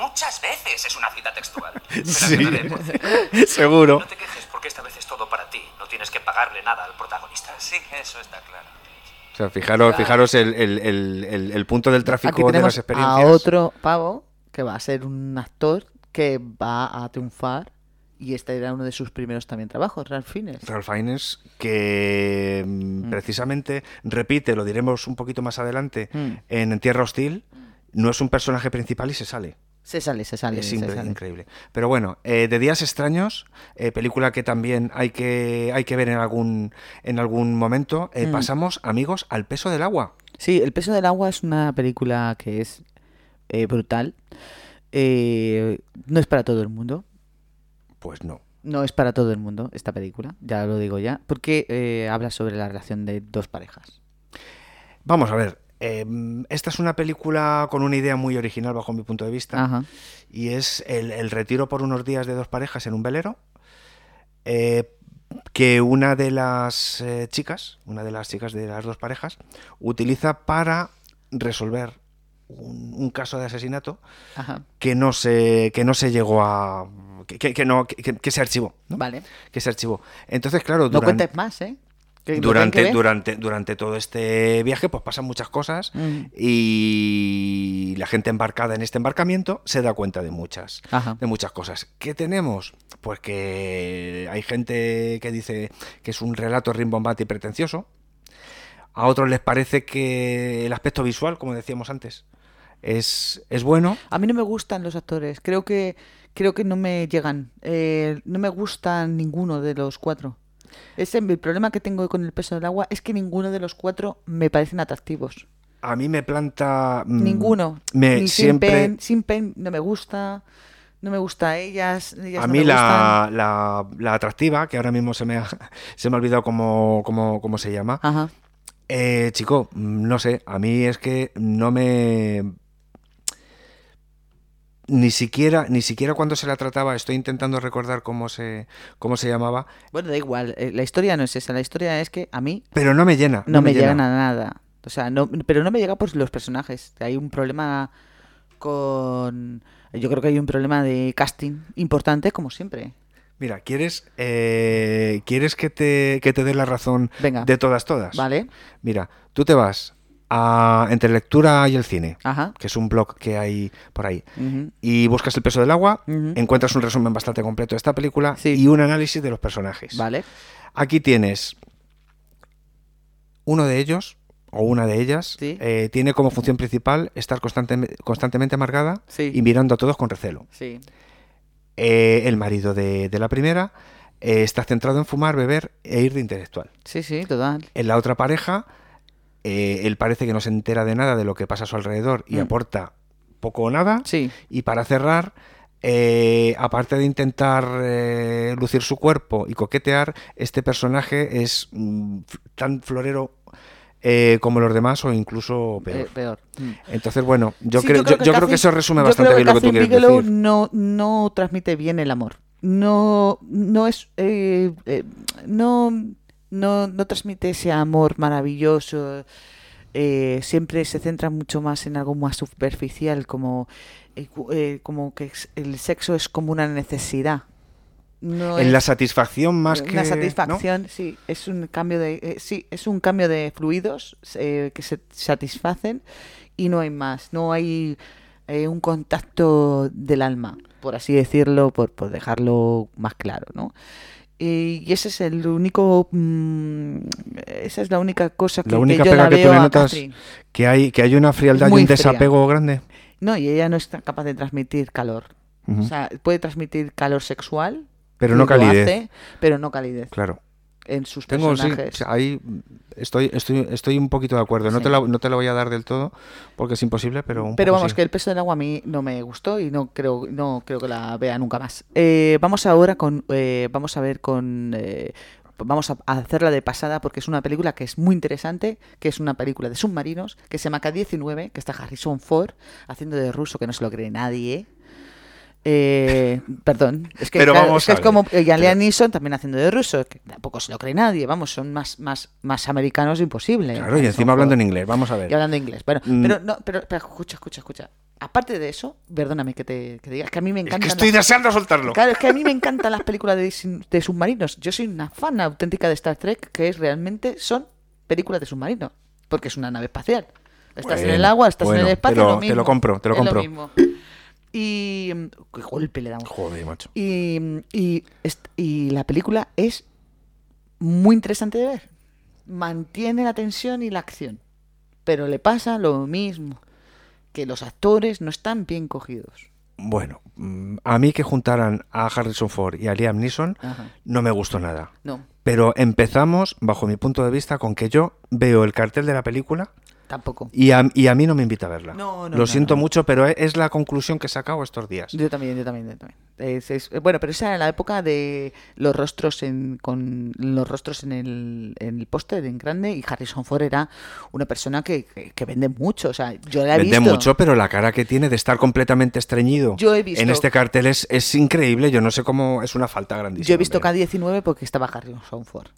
S5: Muchas veces es una cita textual. Pero agradeceré por
S2: seguro.
S5: no te quejes porque esta vez es todo para ti. No tienes que pagarle nada al protagonista. Sí, eso está claro.
S2: O sea, fijaros, fijaros el, el- el- el- el punto del
S1: Aquí
S2: tráfico de las
S1: tenemos a
S2: experiencias.
S1: otro pavo que va a ser un actor que va a triunfar y este era uno de sus primeros también trabajos, Ralph Fiennes.
S2: Ralph Fiennes, que mm, precisamente repite, lo diremos un poquito más adelante,
S1: Mm.
S2: en Tierra Hostil, no es un personaje principal y se sale.
S1: Se sale, se sale,
S2: Es
S1: se
S2: incre-
S1: sale.
S2: increíble. Pero bueno, eh, De Días Extraños, eh, película que también hay que, hay que ver en algún, en algún momento. Eh,
S1: Mm.
S2: Pasamos, amigos, al peso del agua.
S1: Sí, El peso del agua es una película que es eh, brutal. Eh, no es para todo el mundo.
S2: Pues no.
S1: No es para todo el mundo esta película, ya lo digo ya, porque eh, habla sobre la relación de dos parejas.
S2: Vamos a ver. eh, esta es una película con una idea muy original bajo mi punto de vista.
S1: Ajá.
S2: Y es el, el retiro por unos días de dos parejas en un velero. eh, que una de las eh, chicas, una de las chicas de las dos parejas, utiliza para resolver un- un caso de asesinato
S1: Ajá.
S2: que no se, que no se llegó a. que, que- que no, que, que se archivó. ¿no?
S1: Vale.
S2: Que se archivó. Entonces, claro,
S1: No
S2: durante,
S1: cuentes más, ¿eh? Que me tienen que
S2: durante,
S1: ver.
S2: durante, durante todo este viaje, pues pasan muchas cosas.
S1: Mm.
S2: Y la gente embarcada en este embarcamiento se da cuenta de muchas.
S1: Ajá.
S2: De muchas cosas. ¿Qué tenemos? Pues que hay gente que dice que es un relato rimbombante y pretencioso. A otros les parece que el aspecto visual, como decíamos antes, es, es bueno.
S1: A mí no me gustan los actores. Creo que creo que no me llegan. Eh, no me gusta ninguno de los cuatro. Ese el problema que tengo con el peso del agua es que ninguno de los cuatro me parecen atractivos.
S2: A mí me planta. mm,
S1: Ninguno.
S2: Me
S1: Ni
S2: siempre.
S1: Sin Pen, Sin Pen no me gusta. No me gusta ellas. ellas
S2: A
S1: no
S2: mí
S1: me
S2: la, la, la atractiva, que ahora mismo se me ha, se me ha olvidado cómo, cómo, cómo se llama.
S1: gustan. Ajá.
S2: Eh, chico, mm, no sé, a mí es que no me... Ni siquiera, ni siquiera cuando se la trataba, estoy intentando recordar cómo se, cómo se llamaba,
S1: Bueno, da igual. eh, La historia no es esa. La historia es que a mí
S2: pero no me llena.
S1: no me llegan a nada. O sea, no, pero no me llega por los personajes. Hay un problema con... Yo creo que hay un problema de casting importante, como siempre.
S2: Mira, ¿quieres, eh, ¿quieres que te, que te dé la razón
S1: Venga.
S2: de todas, todas?
S1: ¿Vale?
S2: Mira, tú te vas a Entre Lectura y el Cine,
S1: Ajá.
S2: que es un blog que hay por ahí,
S1: Ujú.
S2: y buscas el peso del agua,
S1: Ujú.
S2: encuentras un resumen bastante completo de esta película
S1: Sí.
S2: y un análisis de los personajes.
S1: Vale.
S2: Aquí tienes Uno de ellos, o una de ellas,
S1: Sí.
S2: eh, tiene como función principal estar constante- constantemente amargada
S1: Sí.
S2: y mirando a todos con recelo.
S1: Sí.
S2: Eh, el marido de, de la primera eh, está centrado en fumar, beber e ir de intelectual.
S1: Sí, sí, total.
S2: En la otra pareja, eh, él parece que no se entera de nada de lo que pasa a su alrededor y
S1: Mm.
S2: aporta poco o nada.
S1: Sí.
S2: Y para cerrar, eh, aparte de intentar eh, lucir su cuerpo y coquetear, este personaje es mm, f- tan florero eh, como los demás o incluso peor.
S1: Eh, peor. Mm.
S2: Entonces, bueno, yo,
S1: Sí,
S2: creo, yo, yo creo
S1: Catherine-
S2: que eso resume
S1: yo
S2: bastante
S1: creo
S2: bien lo que tú
S1: Catherine
S2: quieres
S1: Bigelow
S2: decir.
S1: No, no transmite bien el amor. No, no es, eh, eh, no, no, no transmite ese amor maravilloso. Eh, siempre se centra mucho más en algo más superficial, como, eh, cu- eh, como que es- el sexo es como una necesidad. No
S2: En
S1: es-
S2: la satisfacción más que...
S1: una
S2: ¿no?
S1: satisfacción sí es un cambio de eh, sí es un cambio de fluidos eh, que se satisfacen y no hay más no hay eh, un contacto del alma por así decirlo por, por dejarlo más claro no Eh, y ese es el único mm, esa es la única cosa que,
S2: La
S1: que
S2: única
S1: yo
S2: pega
S1: la
S2: que tú
S1: veo
S2: le
S1: a
S2: notas
S1: Catherine.
S2: que hay, que hay una frialdad
S1: Muy
S2: y un
S1: fría.
S2: desapego grande.
S1: no y ella no es capaz de transmitir calor o sea puede transmitir calor sexual
S2: Pero
S1: y
S2: no
S1: lo
S2: calidez.
S1: hace, pero no calidez
S2: Claro.
S1: en sus
S2: Tengo, sí,
S1: personajes
S2: sí, ahí estoy, estoy, estoy un poquito de acuerdo. No,
S1: Sí.
S2: te la, no te la voy a dar del todo porque es imposible, pero un
S1: Pero
S2: poco
S1: vamos,
S2: sí.
S1: que el peso del agua a mí no me gustó y no creo, no creo que la vea nunca más. Eh, vamos ahora con. eh, vamos a ver con. eh, vamos a a hacerla de pasada porque es una película que es muy interesante, que es una película de submarinos, que se llama K-19, que está Harrison Ford haciendo de ruso, que no se lo cree nadie. Eh, perdón, es que,
S2: Pero
S1: claro,
S2: vamos
S1: es, que
S2: a
S1: es
S2: ver.
S1: como eh, Jan Leonison también haciendo de ruso, que tampoco se lo cree nadie, vamos, son más, más, más americanos imposible. ¿eh?
S2: Claro, y
S1: Harrison
S2: encima hablando
S1: Ford.
S2: en inglés, vamos a ver.
S1: Y hablando inglés. Bueno,
S2: Mm.
S1: pero no, pero, pero escucha, escucha, escucha. Aparte de eso, perdóname que te que digas que a mí me
S2: Es
S1: encantan.
S2: que estoy
S1: las-
S2: deseando soltarlo.
S1: Claro, es que a mí me encantan las películas de, sin- de submarinos. Yo soy una fan auténtica de Star Trek, que es realmente son películas de submarinos, porque es una nave espacial. Estás en el
S2: Bueno,
S1: agua, estás
S2: bueno,
S1: en el espacio,
S2: te lo-
S1: es lo
S2: te
S1: mismo.
S2: lo compro, te lo
S1: Es
S2: compro.
S1: mismo. Y mm, qué golpe le damos.
S2: Joder, macho.
S1: Y, mm, y, est- y la película es muy interesante de ver. Mantiene la tensión y la acción. Pero le pasa lo mismo. Que los actores no están bien cogidos.
S2: Bueno, mm, a mí que juntaran a Harrison Ford y a Liam Neeson
S1: Ajá.
S2: no me gustó nada.
S1: No,
S2: Pero empezamos, bajo mi punto de vista, con que yo veo el cartel de la película
S1: tampoco.
S2: y a, y a mí no me invita a verla.
S1: No, no,
S2: Lo
S1: no,
S2: siento
S1: no.
S2: mucho, pero e- es la conclusión que he sacado estos días.
S1: Yo también, yo también, yo también. Es- es- bueno, pero esa era la época de los rostros en, con los rostros en el, en el póster en grande y Harrison Ford era una persona que, que- que vende mucho. O sea, yo la he
S2: Vende
S1: visto.
S2: mucho, pero la cara que tiene de estar completamente estreñido
S1: Yo he visto-
S2: en este cartel es, es increíble. Yo no sé cómo es una falta grandísima.
S1: Yo he visto
S2: hombre.
S1: K-19 porque estaba Harrison Ford.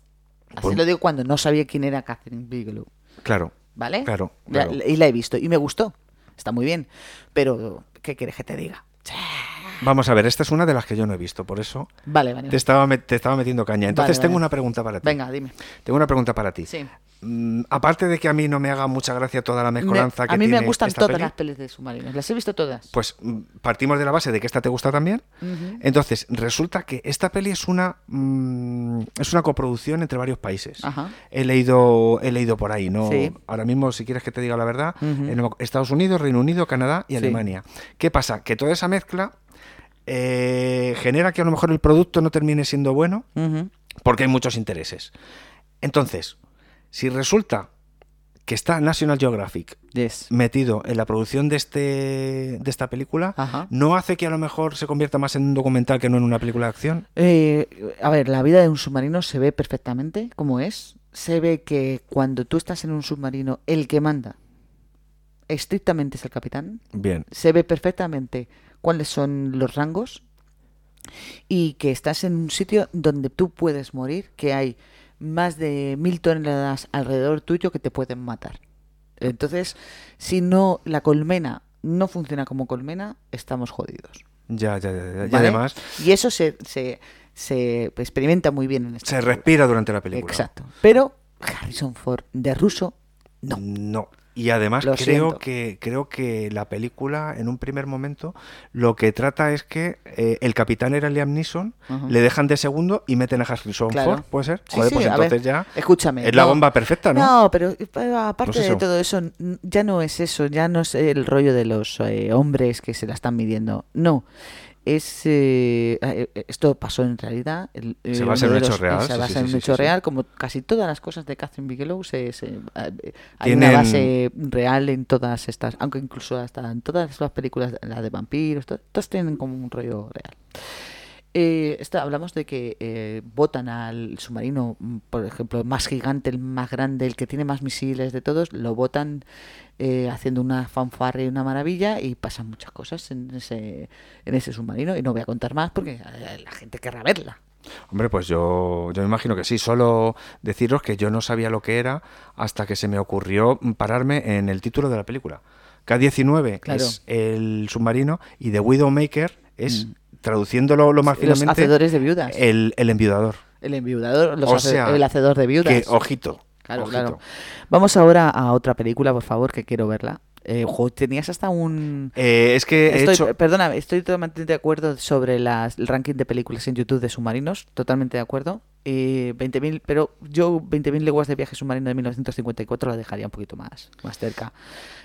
S1: Así
S2: Pues-
S1: lo digo cuando no sabía quién era Catherine Bigelow,
S2: Claro.
S1: ¿vale?
S2: Claro,
S1: La-
S2: claro.
S1: la- y la he visto y me gustó. Está muy bien. Pero, ¿qué quieres que te diga?
S2: Vamos a ver, esta es una de las que yo no he visto, por eso
S1: Vale, vale.
S2: te estaba, met- te estaba metiendo caña. Entonces
S1: Vale,
S2: tengo
S1: vale.
S2: una pregunta Este para ti.
S1: Venga, dime.
S2: Tengo una pregunta para ti.
S1: Sí.
S2: Mm, aparte de que a mí no me haga mucha gracia toda la
S1: Me-
S2: mezcolanza que
S1: a mí me
S2: tiene
S1: gustan
S2: esta
S1: todas
S2: peli,
S1: las pelis de submarinos. Las he visto todas.
S2: pues mm, partimos de la base de que esta te gusta también. Entonces, resulta que esta peli es una mm, es una coproducción entre varios países.
S1: Ajá.
S2: He leído he leído por ahí, no
S1: Sí.
S2: ahora mismo si quieres que te diga la verdad,
S1: Ujú.
S2: en Estados Unidos, Reino Unido, Canadá y
S1: Sí.
S2: Alemania. ¿Qué pasa? Que toda esa mezcla eh, genera que a lo mejor el producto no termine siendo bueno
S1: Ujú.
S2: porque hay muchos intereses. Entonces, si resulta que está National Geographic
S1: Yes.
S2: metido en la producción de este de esta película,
S1: Ajá.
S2: ¿no hace que a lo mejor se convierta más en un documental que no en una película de acción?
S1: Eh, a ver, la vida de un submarino se ve perfectamente como es. Se ve que cuando tú estás en un submarino, el que manda estrictamente es el capitán.
S2: Bien.
S1: se ve perfectamente cuáles son los rangos y que estás en un sitio donde tú puedes morir, que hay más de mil toneladas alrededor tuyo que te pueden matar. Entonces, si no la colmena no funciona como colmena, estamos jodidos.
S2: Ya, ya, ya. ya. Y
S1: ¿vale?
S2: además
S1: Y eso se, se, se experimenta muy bien en este esta
S2: se
S1: película.
S2: respira durante la película.
S1: Exacto. Pero Harrison Ford de ruso, no.
S2: No. Y además
S1: Lo siento.
S2: creo que, creo que la película, en un primer momento, lo que trata es que eh, el capitán era Liam Neeson,
S1: Ujú.
S2: le dejan de segundo y meten a Harrison
S1: Claro.
S2: Ford, ¿puede ser?
S1: Sí,
S2: Joder,
S1: sí,
S2: pues
S1: a ver,
S2: entonces ya
S1: Escúchame.
S2: es la
S1: no.
S2: bomba perfecta, ¿no?
S1: No, pero eh, aparte
S2: Pues
S1: de
S2: eso.
S1: todo eso, n- ya no es eso, ya no es el rollo de los eh, hombres que se la están midiendo. No. Es, eh, eh, esto pasó en realidad. el-
S2: Se
S1: eh,
S2: basa en
S1: uno
S2: un
S1: de
S2: hecho
S1: los-
S2: real,
S1: Se
S2: sí,
S1: basa en
S2: sí, sí,
S1: un
S2: sí,
S1: hecho
S2: sí.
S1: real, como casi todas las cosas de Catherine Bigelow. Se, se- eh, hay
S2: Tienen-
S1: una base real en todas estas, aunque incluso hasta en todas las películas, las de vampiros, to- todas tienen como un rollo real. Eh, esta- hablamos de que eh, votan al submarino, mm, por ejemplo, el más gigante, el más grande, el que tiene más misiles de todos, lo votan eh, haciendo una fanfarria y una maravilla y pasan muchas cosas en ese, en ese submarino. Y no voy a contar más porque eh, la gente querrá verla.
S2: Hombre, pues yo, yo me imagino que sí. Solo deciros que yo no sabía lo que era hasta que se me ocurrió pararme en el título de la película. K-19
S1: Claro.
S2: es el submarino y The Widowmaker es, traduciéndolo lo más
S1: Y Mm. los
S2: finamente,
S1: hacedores de viudas.
S2: El, el enviudador.
S1: El enviudador, los
S2: O
S1: hace-
S2: sea,
S1: el hacedor de viudas.
S2: Que, ojito.
S1: Claro,
S2: ojito.
S1: claro. Vamos ahora a otra película, por favor, que quiero verla. Eh, jo, tenías hasta un...
S2: Eh, es que he
S1: Estoy,
S2: hecho...
S1: Perdona, estoy totalmente de acuerdo sobre las, el ranking de películas en YouTube de submarinos, totalmente de acuerdo. Eh, 20.000, pero yo 20.000 leguas de viaje submarino de 1954 la dejaría un poquito más, más cerca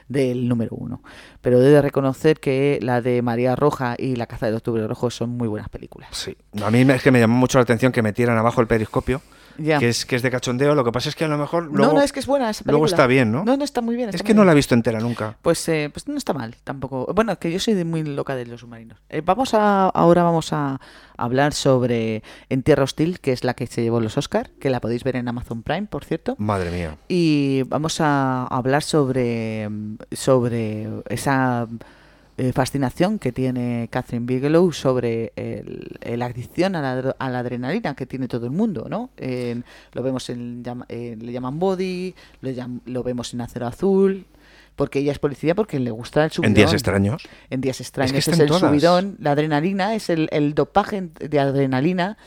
S1: del número uno. Pero debo de reconocer que la de María Roja y La Caza del Octubre Rojo son muy buenas películas.
S2: Sí. A mí me- es que me llamó mucho la atención que metieran abajo el periscopio,
S1: Ya.
S2: que, es, que es de cachondeo. Lo que pasa es que a lo mejor luego,
S1: no, no, es que es buena esa
S2: luego
S1: película.
S2: está bien, ¿no?
S1: No, no está muy bien.
S2: es
S1: está
S2: que
S1: muy
S2: no la
S1: bien.
S2: he visto entera nunca.
S1: Pues, eh, pues no está mal tampoco. Bueno, que yo soy de muy loca de los submarinos. Eh, vamos a ahora vamos a hablar sobre En Tierra Hostil, que es la que se llevó los Oscar, que la podéis ver en Amazon Prime, por cierto.
S2: Madre mía.
S1: Y vamos a hablar sobre mm, sobre esa eh, fascinación que tiene Catherine Bigelow sobre el- el- la adicción a la, adro- a la adrenalina que tiene todo el mundo, ¿no? En- lo vemos en, llama- eh, le llaman Body, lo, llam- lo vemos en Acero Azul, porque ella es policía porque le gusta el subidón.
S2: En días extraños.
S1: En días extraños
S2: está
S1: es,
S2: en
S1: el
S2: todas.
S1: subidón, la adrenalina es el, el dopaje de adrenalina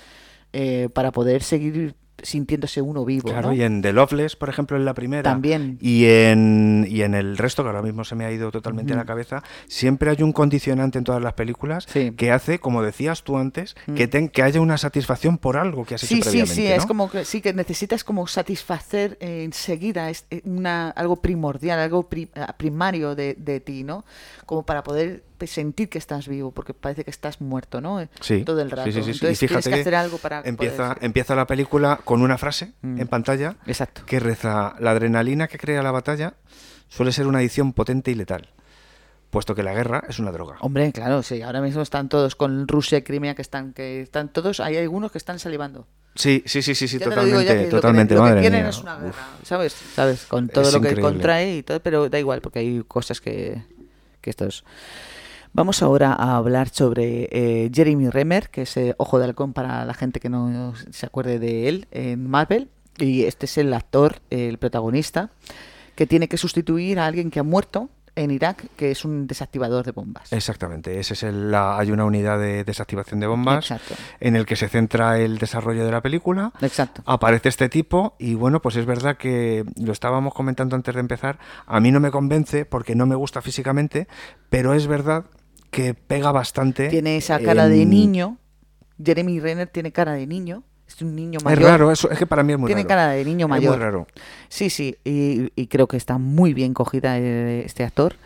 S1: eh, para poder seguir sintiéndose uno vivo,
S2: Claro,
S1: ¿no?
S2: y en The Loveless, por ejemplo, en la primera.
S1: También.
S2: Y en, y en el resto, que ahora mismo se me ha ido totalmente a la
S1: Ujú.
S2: cabeza, siempre hay un condicionante en todas las películas
S1: Sí. Mm.
S2: que hace, como decías tú antes, que, ten- que haya una satisfacción por algo que has
S1: Sí,
S2: hecho
S1: sí,
S2: previamente.
S1: sí,
S2: ¿no?
S1: es como que sí que necesitas como satisfacer eh, enseguida es eh, una, algo primordial, algo pri- ah, primario de, de ti, ¿no? Como para poder pues, sentir que estás vivo, porque parece que estás muerto, ¿no? Eh,
S2: Sí,
S1: Todo el rato.
S2: Sí, sí, sí, sí. Y
S1: Entonces
S2: fíjate
S1: tienes que hacer algo para poder
S2: Empieza,
S1: ser-
S2: empieza la película con una frase
S1: Mm.
S2: en pantalla
S1: Exacto.
S2: que reza: La adrenalina que crea la batalla suele ser una adicción potente y letal, puesto que la guerra es una droga.
S1: Hombre, claro, sí, ahora mismo están todos con Rusia y Crimea que están que están todos, hay algunos que están salivando.
S2: Sí, sí, sí, sí, sí,
S1: Ya te lo digo
S2: totalmente,
S1: ya que lo que-
S2: totalmente,
S1: lo que,
S2: madre
S1: quieren
S2: mía.
S1: es una
S2: Uf.
S1: guerra, ¿sabes? ¿Sabes? Con todo
S2: Es
S1: lo que
S2: increíble.
S1: contrae y todo, pero da igual porque hay cosas que, que estos. Vamos ahora a hablar sobre eh, Jeremy Remer, que es eh, Ojo de Halcón para la gente que no se acuerde de él en Marvel. Y este es el actor, el protagonista, que tiene que sustituir a alguien que ha muerto en Irak, que es un desactivador de bombas.
S2: Exactamente, ese es el, la- hay una unidad de desactivación de bombas
S1: Exacto.
S2: en el que se centra el desarrollo de la película.
S1: Exacto.
S2: Aparece este tipo y bueno, pues es verdad que lo estábamos comentando antes de empezar, a mí no me convence porque no me gusta físicamente, pero es verdad que pega bastante.
S1: Tiene esa cara de
S2: en-
S1: niño. Jeremy Renner tiene cara de niño. Es un niño
S2: Es
S1: mayor.
S2: raro, es, es que para mí es muy
S1: Tiene
S2: raro.
S1: cara de niño mayor.
S2: Es muy raro.
S1: Sí, sí, y, y creo que está muy bien cogida eh, este actor.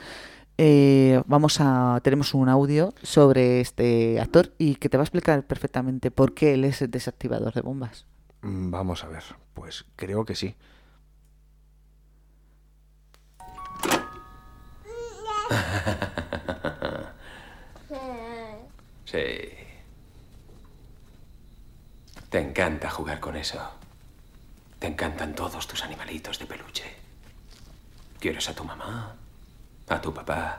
S1: Eh, vamos a tenemos un audio sobre este actor y que te va a explicar perfectamente por qué él es el desactivador de bombas.
S2: Mm, Vamos a ver, pues creo que sí.
S9: Sí. Te encanta jugar con eso. Te encantan todos tus animalitos de peluche. Quieres a tu mamá, a tu papá.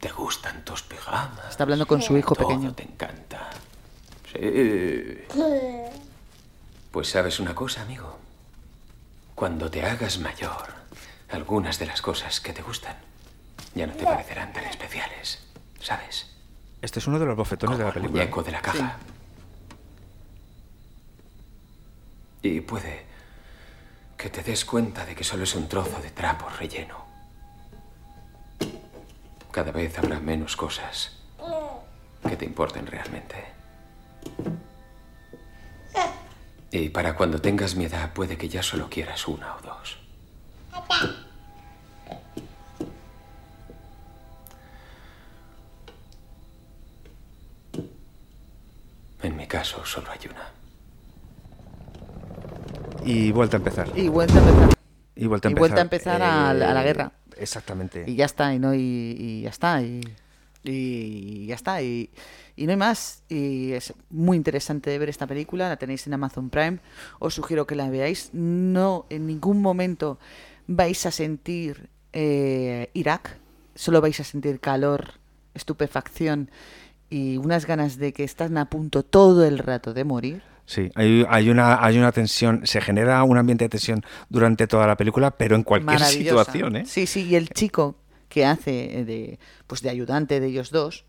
S9: Te gustan tus pijamas.
S1: Está hablando con su hijo
S9: Todo
S1: pequeño.
S9: te encanta. Sí. Pues sabes una cosa, amigo. Cuando te hagas mayor, algunas de las cosas que te gustan ya no te parecerán tan especiales, ¿sabes?
S2: Este es uno de los bofetones de la
S9: Como el
S2: película.
S9: muñeco de la caja. Y puede que te des cuenta de que solo es un trozo de trapo relleno. Cada vez habrá menos cosas que te importen realmente. Y para cuando tengas mi edad puede que ya solo quieras una o dos. En mi caso solo hay una.
S2: Y vuelta a empezar.
S1: Y vuelta a empezar.
S2: Y vuelta a
S1: Y
S2: empezar. eh,
S1: vuelta a empezar a la- a la guerra.
S2: Exactamente.
S1: Y ya está, y no, y, y ya está, y, y ya está, y, y no hay más. Y es muy interesante de ver esta película, la tenéis en Amazon Prime, os sugiero que la veáis. No, en ningún momento vais a sentir eh, Irak, solo vais a sentir calor, estupefacción y unas ganas de que están a punto todo el rato de morir.
S2: Sí, hay, hay una, hay una tensión, se genera un ambiente de tensión durante toda la película, pero en cualquier
S1: Maravillosa.
S2: situación, ¿eh?
S1: Sí, sí, y el chico que hace eh, de, pues de ayudante de ellos dos.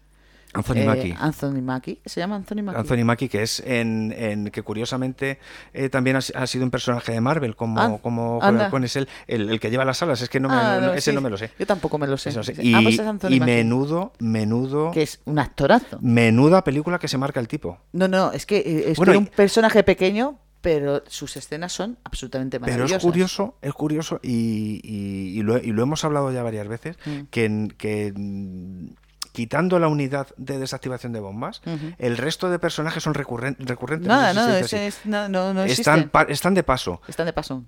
S2: Anthony
S1: eh,
S2: Mackie.
S1: Anthony Mackie. ¿Se llama Anthony Mackie?
S2: Anthony Mackie, que es en, en- que curiosamente eh, también ha, si- ha sido un personaje de Marvel, como,
S1: Ah,
S2: como
S1: anda.
S2: Joel Cohen es el, el, el que lleva las alas, es que no me,
S1: Ah,
S2: no-
S1: no,
S2: ese
S1: sí.
S2: no me lo sé.
S1: Yo tampoco me lo sé.
S2: Ese no sé.
S1: Ah,
S2: Y,
S1: pues es Anthony
S2: y
S1: Mackie,
S2: menudo, menudo,
S1: Que es un actorazo.
S2: menuda película que se marca el tipo.
S1: No, no, es que eh, es
S2: Bueno,
S1: que
S2: y-
S1: un personaje pequeño, pero sus escenas son absolutamente
S2: Pero
S1: maravillosas.
S2: es curioso, es curioso, y, y- y lo, y lo hemos hablado ya varias veces,
S1: Mm.
S2: que, en- que, mm, quitando la unidad de desactivación de bombas,
S1: Ujú.
S2: el resto de personajes son recurren- recurrentes.
S1: Nada,
S2: no
S1: no,
S2: sé si se dice
S1: ese
S2: así.
S1: es- no, no, no
S2: están,
S1: existen.
S2: pa- están de paso,
S1: Están de paso.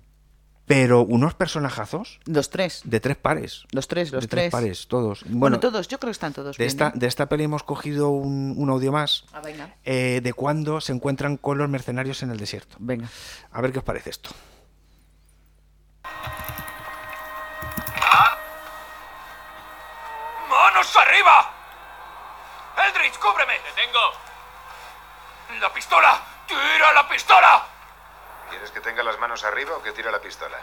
S2: pero unos personajazos
S1: Los tres.
S2: de tres pares.
S1: Los tres, los
S2: de
S1: tres.
S2: tres pares, todos.
S1: Bueno,
S2: Bueno,
S1: todos, yo creo que están todos.
S2: de,
S1: bien,
S2: esta,
S1: ¿eh?
S2: de esta peli hemos cogido un, un audio más
S1: Ah, venga.
S2: eh, de cuando se encuentran con los mercenarios en el desierto.
S1: Venga.
S2: A ver qué os parece esto.
S4: ¡Manos arriba! ¡Eldritch, cúbreme! ¡Te tengo! ¡La pistola! ¡Tira la pistola!
S10: ¿Quieres que tenga las manos arriba o que tire la pistola?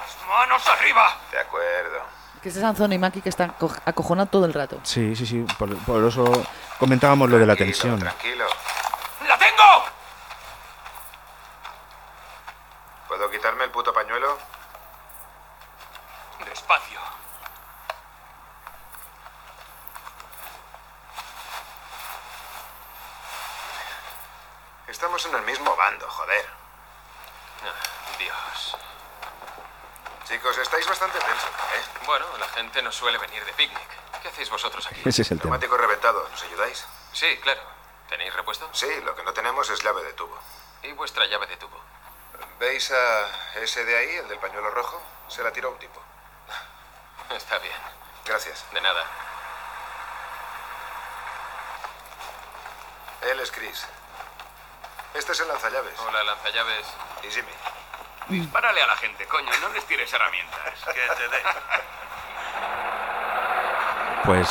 S4: ¡Las manos arriba!
S10: De acuerdo.
S1: Que este es Anthony Mackie que está co- acojonado todo el rato.
S2: Sí, sí, sí, por, por eso comentábamos lo de la
S10: Tranquilo,
S2: tensión.
S10: Tranquilo.
S4: ¡La tengo!
S10: ¿Puedo quitarme el puto pañuelo?
S4: Despacio.
S10: Estamos en el mismo bando, joder.
S5: Ah, Dios.
S10: Chicos, estáis bastante tensos, ¿eh?
S5: Bueno, la gente no suele venir de picnic. ¿Qué hacéis vosotros aquí?
S2: Ese es el tema.
S10: Neumático reventado, ¿nos ayudáis?
S5: Sí, claro. ¿Tenéis repuesto?
S10: Sí, lo que no tenemos es llave de tubo.
S5: Y vuestra llave de tubo.
S10: ¿Veis a ese de ahí, el del pañuelo rojo? Se la tiró un tipo.
S5: Está bien.
S10: Gracias.
S5: De nada.
S10: Él es Chris. Este es el lanzallaves.
S5: Hola, lanzallaves.
S10: Y Jimmy.
S4: Dispárale a la gente, coño, no les tires herramientas. Que te dé.
S2: Pues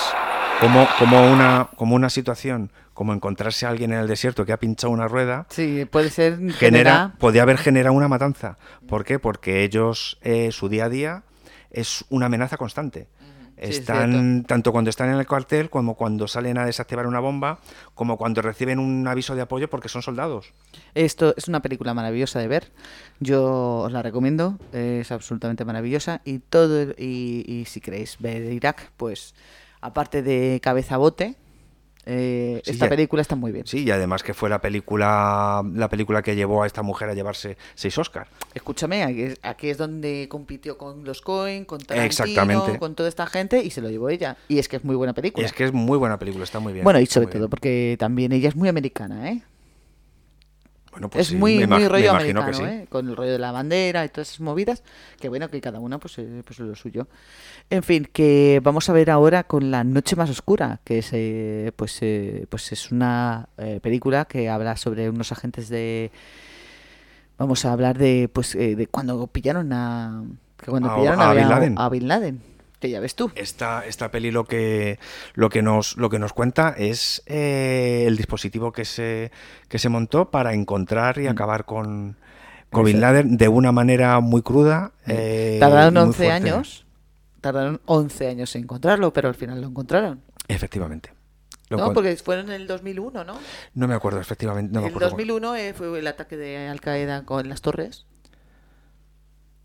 S2: como, como, una, como una situación, como encontrarse a alguien en el desierto que ha pinchado una rueda,
S1: Sí, puede ser.
S2: genera, podía haber generado una matanza. ¿Por qué? Porque ellos, eh, su día a día es una amenaza constante.
S1: es
S2: Están, tanto cuando están en el cuartel, como cuando salen a desactivar una bomba, como cuando reciben un aviso de apoyo porque son soldados.
S1: Esto es una película maravillosa de ver. Yo os la recomiendo. Es absolutamente maravillosa. Y todo el- y, y si queréis ver Irak, pues aparte de Cabeza Bote, eh,
S2: Sí,
S1: esta
S2: ya-
S1: película está muy bien.
S2: Sí, y además que fue la película, la película que llevó a esta mujer a llevarse seis Oscars.
S1: Escúchame, aquí es, aquí es donde compitió con los Coen, con Tarantino,
S2: Exactamente.
S1: con toda esta gente y se lo llevó ella. Y es que es muy buena
S2: Y
S1: película.
S2: es que es muy buena película, está muy bien.
S1: bueno, y
S2: está
S1: sobre
S2: muy
S1: todo
S2: bien.
S1: porque también ella es muy americana, ¿eh?
S2: Bueno, pues
S1: es
S2: sí,
S1: muy,
S2: me
S1: muy
S2: imag- me
S1: rollo
S2: imagino
S1: americano,
S2: que sí.
S1: ¿eh? con el rollo de la bandera y todas esas movidas, que bueno, que cada una pues, eh, pues lo suyo. En fin, que vamos a ver ahora con La Noche Más Oscura, que es, eh, pues, eh, pues es una eh, película que habla sobre unos agentes de... Vamos a hablar de, pues, eh, de cuando pillaron a... Que cuando
S2: A-
S1: pillaron
S2: a
S1: a,
S2: Bin Laden.
S1: a Bin Laden, que ya ves tú.
S2: Esta, esta peli lo que, lo, que nos, lo que nos cuenta es eh, el dispositivo que se, que se montó para encontrar
S1: Mm.
S2: y acabar con, con
S1: Pues,
S2: Bin Laden de una manera muy cruda. eh,
S1: eh, mm. tardaron
S2: y muy
S1: 11
S2: fuerte.
S1: años. Tardaron 11 años en encontrarlo, pero al final lo encontraron.
S2: Efectivamente. Lo
S1: No,
S2: encon-
S1: porque fueron en el 2001, ¿no?
S2: no me acuerdo, efectivamente. No me
S1: el
S2: acuerdo.
S1: 2001 eh, fue el ataque de Al Qaeda con las torres.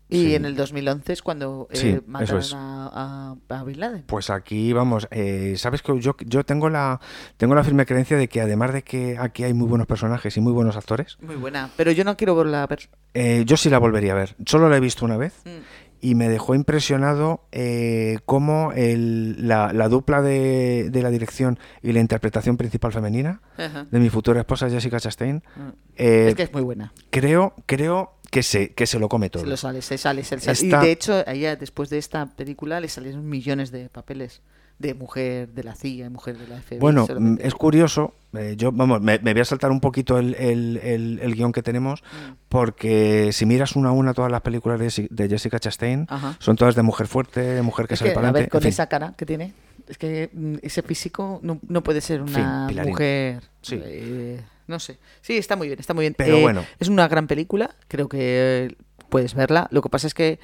S1: Y
S2: Sí.
S1: en el 2011 es cuando eh,
S2: Sí, eso
S1: mataron
S2: es.
S1: a, a, a Bin Laden.
S2: Pues aquí vamos, eh, sabes que yo, yo tengo la tengo la firme creencia de que además de que aquí hay muy buenos personajes y muy buenos actores,
S1: Muy buena, pero yo no quiero ver la persona.
S2: eh, yo sí la volvería a ver. Solo la he visto una vez
S1: Mm.
S2: y me dejó impresionado eh, cómo el- la, la dupla de, de la dirección y la interpretación principal femenina
S1: Ajá.
S2: de mi futura esposa Jessica Chastain.
S1: Mm.
S2: eh,
S1: es que es muy buena.
S2: Creo, creo que se, que se lo come todo.
S1: Se lo eh, sale, se sale, se sale.
S2: Esta-
S1: Y de hecho, a ella después de esta película le salieron millones de papeles de mujer de la CIA, mujer de la FBI.
S2: Bueno, mm,
S1: solamente.
S2: es curioso. eh, yo, vamos, me, me voy a saltar un poquito el, el, el- el guión que tenemos,
S1: Mm.
S2: porque si miras una a una todas las películas de, Jesi- de Jessica Chastain,
S1: Ajá.
S2: son todas de mujer fuerte, mujer que
S1: Es
S2: sale
S1: que,
S2: para
S1: a ver,
S2: adelante.
S1: con esa cara que tiene, es que mm, ese físico no, no puede ser
S2: fin,
S1: una
S2: Pilarín.
S1: mujer.
S2: Sí.
S1: eh, no sé. Sí, está muy bien, está muy bien.
S2: Pero
S1: Eh,
S2: bueno.
S1: Es una gran película, creo que eh, puedes verla. Lo que pasa es que,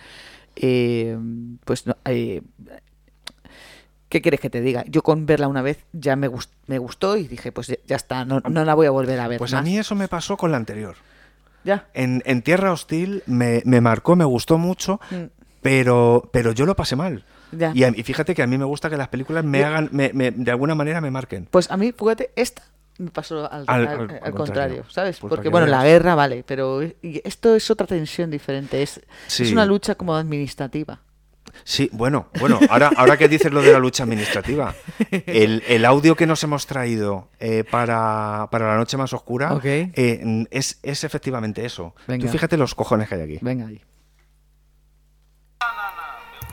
S1: eh, pues, no, eh, ¿qué quieres que te diga? Yo con verla una vez ya me, gust- me gustó y dije, pues ya, ya está, no, no la voy a volver a ver.
S2: Pues a
S1: más.
S2: mí eso me pasó con la anterior.
S1: Ya.
S2: En, en Tierra Hostil me, me marcó, me gustó mucho, pero, pero yo lo pasé mal.
S1: Mm. Ya.
S2: Y, a- y fíjate que a mí me gusta que las películas me hagan, me- me- de alguna manera me marquen.
S1: Pues a mí, fíjate, esta me pasó al,
S2: Al-
S1: al-
S2: al-
S1: al
S2: al
S1: contrario,
S2: contrario.
S1: ¿sabes?
S2: Pues para
S1: Porque,
S2: que
S1: bueno, la
S2: veas.
S1: guerra vale, pero e- y esto es otra tensión diferente. Es, es
S2: Sí.
S1: una lucha como administrativa.
S2: Sí, bueno, bueno, ahora, ahora que dices lo de la lucha administrativa, el, el audio que nos hemos traído eh, para, para la noche más oscura
S1: Ok.
S2: eh, mm, es, es efectivamente eso.
S1: Venga.
S2: Tú fíjate los cojones que hay aquí.
S1: Venga ahí.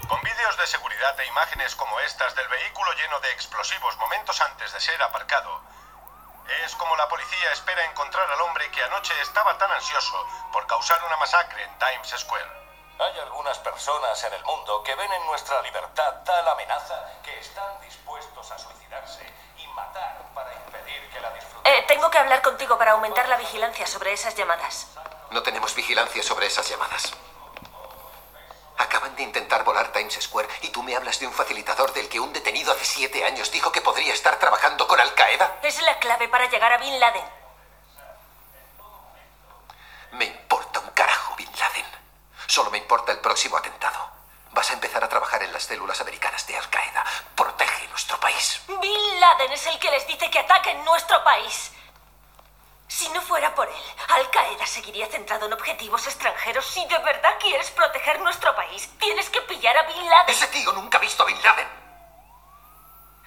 S11: Con vídeos de seguridad e imágenes como estas del vehículo lleno de explosivos momentos antes de ser aparcado, es como la policía espera encontrar al hombre que anoche estaba tan ansioso por causar una masacre en Times Square.
S12: Hay algunas personas en el mundo que ven en nuestra libertad tal amenaza que están dispuestos a suicidarse y matar para impedir que la disfruten.
S13: Eh, tengo que hablar contigo para aumentar la vigilancia sobre esas llamadas.
S5: No tenemos vigilancia sobre esas llamadas. Acaban de intentar volar Times Square y tú me hablas de un facilitador del que un detenido hace siete años dijo que podría estar trabajando con Al Qaeda.
S13: Es la clave para llegar a Bin Laden.
S5: Me importa un carajo, Bin Laden. Solo me importa el próximo atentado. Vas a empezar a trabajar en las células americanas de Al Qaeda. Protege nuestro país.
S13: Bin Laden es el que les dice que ataquen nuestro país. Si no fuera por él, Al Qaeda seguiría centrado en objetivos extranjeros. Si de verdad quieres proteger nuestro país, tienes que pillar a Bin Laden.
S5: Ese tío nunca ha visto a Bin Laden.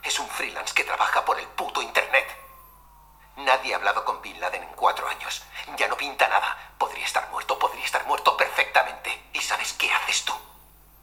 S5: Es un freelance que trabaja por el puto internet. Nadie ha hablado con Bin Laden en cuatro años. Ya no pinta nada. Podría estar muerto, podría estar muerto perfectamente. ¿Y sabes qué haces tú?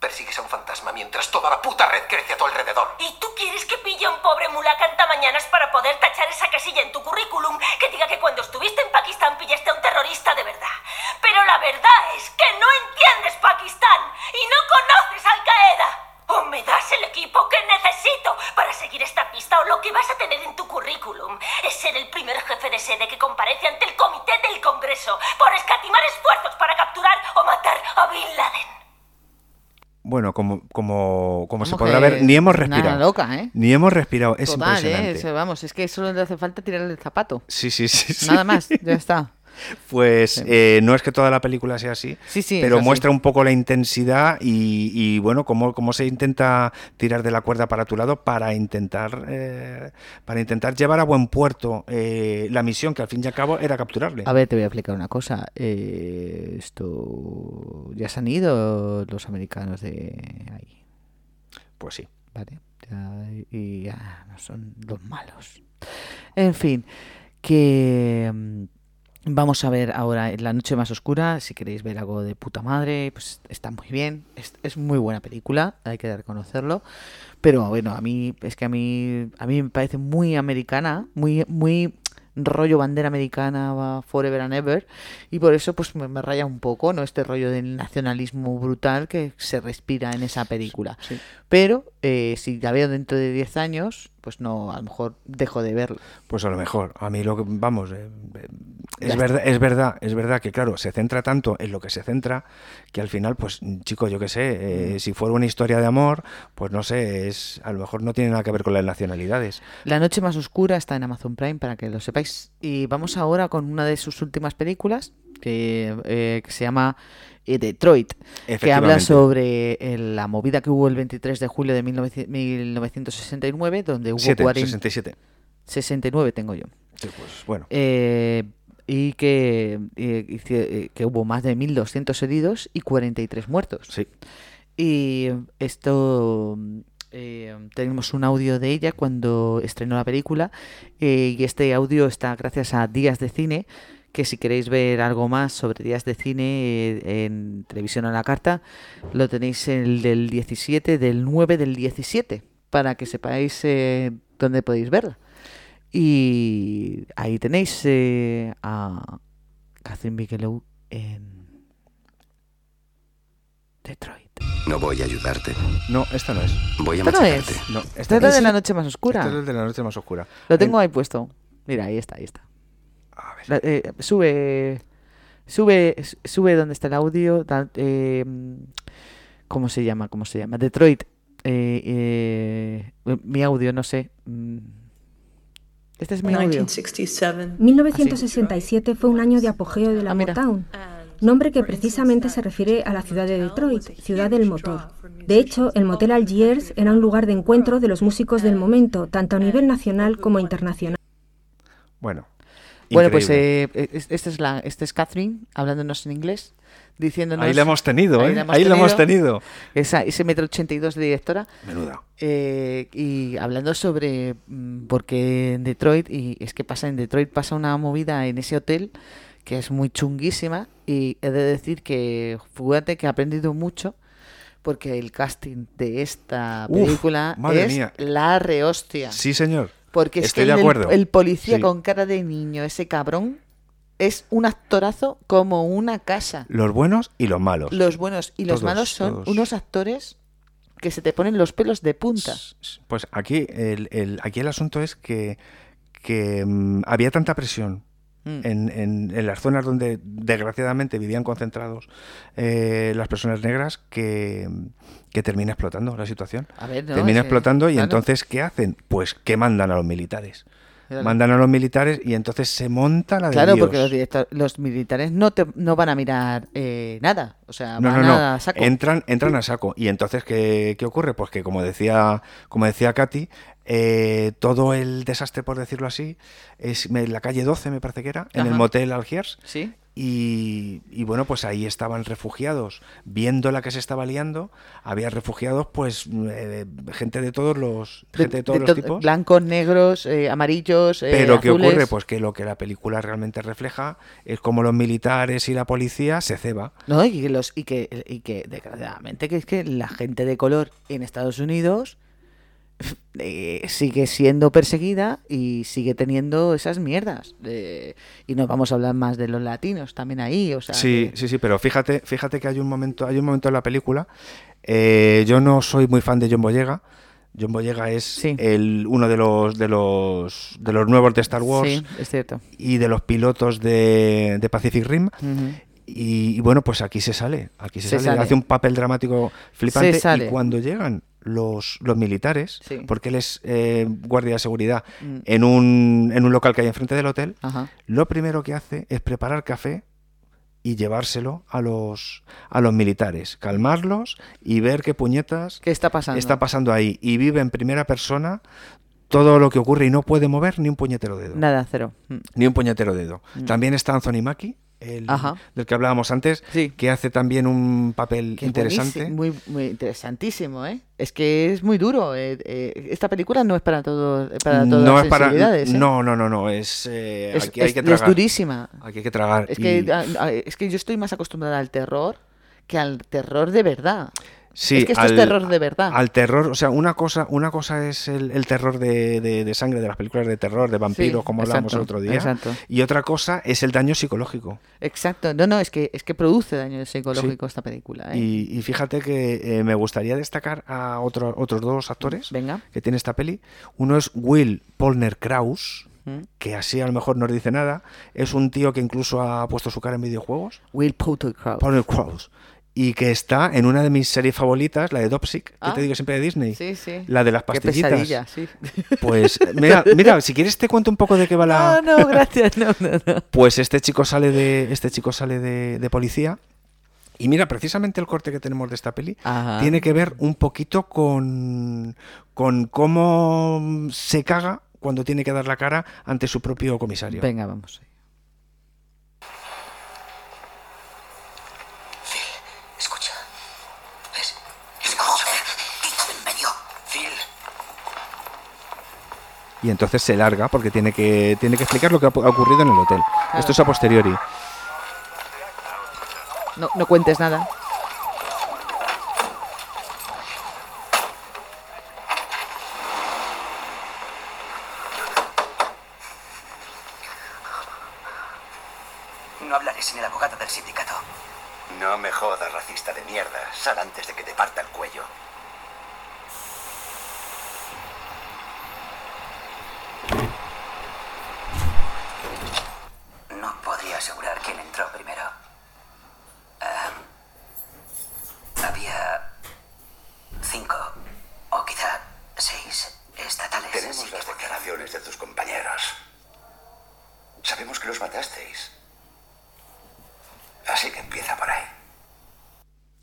S5: Persigues a un fantasma mientras toda la puta red crece a tu alrededor.
S13: ¿Y tú quieres que pille a un pobre mula mañanas para poder tachar esa casilla en tu currículum que diga que cuando estuviste en Pakistán pillaste a un terrorista de verdad? Pero la verdad es que no entiendes Pakistán y no conoces Al Qaeda. O me das el equipo que necesito para seguir esta pista o lo que vas a tener en tu currículum es ser el primer jefe de sede que comparece ante el comité del Congreso por escatimar esfuerzos para capturar o matar a Bin Laden.
S2: Bueno, como, como, como se
S1: Vamos,
S2: podrá
S1: que
S2: ver, ni hemos
S1: es una
S2: respirado.
S1: loca, ¿eh?
S2: Ni hemos respirado. Es
S1: Total, ¿eh?
S2: impresionante.
S1: Eso, vamos, es que solo le hace falta tirarle el zapato.
S2: Sí, sí, sí, sí.
S1: Nada más, ya está.
S2: Pues eh, no es que toda la película sea así,
S1: Sí, sí,
S2: pero
S1: es así.
S2: muestra un poco la intensidad y, y, bueno, cómo, cómo se intenta tirar de la cuerda para tu lado para intentar, eh, para intentar llevar a buen puerto eh, la misión que al fin y al cabo era capturarle.
S1: A ver, te voy a explicar una cosa. Eh, esto. Ya se han ido los americanos de ahí.
S2: Pues sí.
S1: Vale. Ya- y ya no son los malos. En fin, que. mm, Vamos a ver ahora en La Noche Más Oscura. Si queréis ver algo de puta madre, pues está muy bien. Es, es muy buena película, hay que reconocerlo. Pero bueno, a mí, es que a mí, a mí me parece muy americana, muy, muy rollo bandera americana, va, forever and ever. Y por eso, pues me, me raya un poco, ¿no? Este rollo del nacionalismo brutal que se respira en esa película. Pero eh, si la veo dentro de 10 años, pues no, a lo mejor dejo de verla.
S2: Pues a lo mejor, a mí lo que, vamos, eh, eh,
S1: Ya
S2: es
S1: está.
S2: verdad, es verdad, es verdad que claro, se centra tanto en lo que se centra que al final, pues mm, chico, yo qué sé,
S1: Mm.
S2: eh, si fuera una historia de amor, pues no sé, es a lo mejor no tiene nada que ver con las nacionalidades.
S1: La noche más oscura está en Amazon Prime para que lo sepáis. Y vamos ahora con una de sus últimas películas, eh, eh, que se llama eh, Detroit, que habla
S2: Efectivamente.
S1: sobre eh, la movida que hubo el 23 de julio de 19 1969, donde hubo
S2: Siete,
S1: 40
S2: 67.
S1: 69 tengo yo.
S2: Sí, pues, bueno.
S1: Eh, y que, eh, y que- eh, que hubo más de 1.200 heridos y 43 muertos. Y esto... eh, tenemos un audio de ella cuando estrenó la película eh, y este audio está gracias a Días de Cine, que si queréis ver algo más sobre Días de Cine eh, en Televisión a la Carta, lo tenéis el del 17, del 9 del 17, para que sepáis eh, dónde podéis verla. Y ahí tenéis eh, a Catherine Bigelow en...
S14: No voy a ayudarte.
S2: No, esta no es.
S14: Voy a
S1: Esta no
S14: machacarte.
S1: es. Esta es la de la noche más oscura.
S2: Esta es la de la noche más oscura.
S1: Lo tengo ahí puesto. Mira, ahí está, ahí está. La- eh, sube, sube, su- sube donde está el audio. da- eh, ¿Cómo se llama? ¿Cómo se llama? Detroit. Eh, eh, mi audio, no sé. Mm. Este es mi audio. Ah,
S15: 1967 fue un año de apogeo de la Motown, nombre que precisamente se refiere a la ciudad de Detroit, ciudad del motor. De hecho, el motel Algiers era un lugar de encuentro de los músicos del momento, tanto a nivel nacional como internacional.
S2: Bueno.
S1: Bueno, pues
S2: increíble.
S1: eh, es- esta es, la, esta es Catherine hablándonos en inglés, diciéndonos...
S2: Ahí la hemos tenido, ¿eh?
S1: la
S2: Ahí la hemos tenido.
S1: Esa, ese metro 82 de directora.
S2: Menuda.
S1: Eh, y hablando sobre mm, por qué en Detroit, y es que pasa en Detroit, pasa una movida en ese hotel que es muy chunguísima y he de decir que fíjate que he aprendido mucho porque el casting de esta
S2: Uf,
S1: película
S2: madre
S1: es
S2: mía.
S1: la rehostia.
S2: Sí, señor.
S1: Porque es
S2: Estoy
S1: que
S2: de
S1: el-
S2: acuerdo.
S1: El, policía
S2: Sí.
S1: con cara de niño, ese cabrón, es un actorazo como una casa.
S2: Los buenos y los malos.
S1: Los buenos y los
S2: Todos,
S1: malos son
S2: todos.
S1: unos actores que se te ponen los pelos de punta.
S2: Pues aquí el, el- aquí el asunto es que, que, mm, había tanta presión
S1: Mm.
S2: en, en- en las zonas donde desgraciadamente vivían concentrados eh, las personas negras que, que termina explotando la situación.
S1: A ver, no,
S2: termina
S1: es que-
S2: explotando y
S1: claro.
S2: entonces ¿qué hacen? Pues que mandan a los militares.
S1: Claro.
S2: Mandan a los militares y entonces se monta la de
S1: Claro,
S2: Dios.
S1: porque los, directo- los militares no, te, no van a mirar eh, nada. O sea,
S2: No,
S1: van
S2: no, no.
S1: a saco.
S2: Entran, entran a saco. Y entonces, ¿qué, qué ocurre? Pues que, como decía, como decía Katy, eh, todo el desastre, por decirlo así, es en la calle 12, me parece que era, en el
S1: Ajá.
S2: motel Algiers.
S1: Sí.
S2: Y, y bueno, pues ahí estaban refugiados, viendo la que se estaba liando, había refugiados, pues, eh, gente de todos los,
S1: De-
S2: gente de todos
S1: de
S2: los
S1: to-
S2: tipos.
S1: Blancos, negros, eh, amarillos, eh,
S2: Pero ¿qué
S1: azules.
S2: ocurre? Pues que lo que la película realmente refleja es como los militares y la policía se ceba.
S1: No, y que, los, y que, y que desgraciadamente, que es que la gente de color en Estados Unidos eh, sigue siendo perseguida y sigue teniendo esas mierdas. eh, y no vamos a hablar más de los latinos también ahí, o sea,
S2: Sí, sí, sí, pero fíjate, fíjate que hay un momento, hay un momento en la película. eh, yo no soy muy fan de John Boyega. John Boyega es el, uno de los de los de los nuevos de Star Wars
S1: Sí, es cierto.
S2: y de los pilotos de, de Pacific Rim.
S1: Ujú.
S2: Y, y bueno, pues aquí se sale, aquí se,
S1: Se
S2: sale,
S1: sale.
S2: hace un papel dramático flipante.
S1: Se sale.
S2: Y cuando llegan los, los militares,
S1: Sí.
S2: porque él es eh, guardia de seguridad
S1: Mm.
S2: en, un, en un local que hay enfrente del hotel,
S1: Ajá.
S2: lo primero que hace es preparar café y llevárselo a los, a los militares, calmarlos y ver qué puñetas
S1: ¿Qué está pasando?
S2: está pasando ahí. Y vive en primera persona todo lo que ocurre y no puede mover ni un puñetero dedo.
S1: Nada, cero. Mm.
S2: Ni un puñetero dedo.
S1: Mm.
S2: También está Anthony Mackie, el,
S1: Ajá.
S2: del que hablábamos antes, que hace también un papel
S1: Que
S2: interesante.
S1: buenísimo, Muy, muy interesantísimo, ¿eh? Es que es muy duro. eh, eh, esta película no es para todos, para todas
S2: no
S1: las
S2: es para
S1: sensibilidades, ¿eh?
S2: no no no no es, eh,
S1: Es-
S2: aquí hay
S1: es-
S2: que
S1: es
S2: tragar
S1: durísima.
S2: aquí hay que tragar
S1: Es
S2: y-
S1: que, a- a- es que yo estoy más acostumbrada al terror que al terror de verdad.
S2: Sí,
S1: es que esto
S2: al-
S1: es terror de verdad.
S2: Al terror, o sea, una cosa, una cosa es el, el terror de, de- de sangre de las películas de terror, de vampiros, como hablamos
S1: exacto,
S2: el otro día.
S1: exacto.
S2: Y otra cosa es el daño psicológico.
S1: Exacto. No, no, es que, es que produce daño psicológico esta película. ¿eh?
S2: Y, y fíjate que eh, me gustaría destacar a otro- otros dos actores que tiene esta peli. Uno es Will Polner Kraus,
S1: ¿Mm?
S2: que así a lo mejor no os dice nada. Es un tío que incluso ha puesto su cara en videojuegos.
S1: Will Poulter Kraus.
S2: Polner Kraus. y que está en una de mis series favoritas, la de Dopsic, que
S1: Ah.
S2: te digo siempre de Disney.
S1: Sí, sí.
S2: La de las
S1: Qué
S2: pastillitas.
S1: pesadilla, sí.
S2: Pues mira, mira, si quieres te cuento un poco de qué va la.
S1: No, no, gracias. No, no, no.
S2: Pues este chico sale de este chico sale de, de policía. Y mira, precisamente el corte que tenemos de esta peli
S1: Ajá.
S2: tiene que ver un poquito con, con cómo se caga cuando tiene que dar la cara ante su propio comisario.
S1: Venga, vamos.
S5: Escucha. Es. Escucha. Bienvenido. Phil.
S2: Y entonces se larga porque tiene que, tiene que explicar lo que ha ha ocurrido en el hotel.
S1: Claro.
S2: Esto es a posteriori.
S1: No, no cuentes nada.
S5: No hablaré sin el abogado del sindicato.
S12: No me jodas, racista de mierda. Sal antes de que te parta el cuello.
S5: No podría asegurar quién entró primero. Ah,
S16: Em,
S5: había cinco o quizá seis estatales.
S12: Tenemos las declaraciones de tus compañeros. Sabemos que los matasteis. Así que empieza por ahí.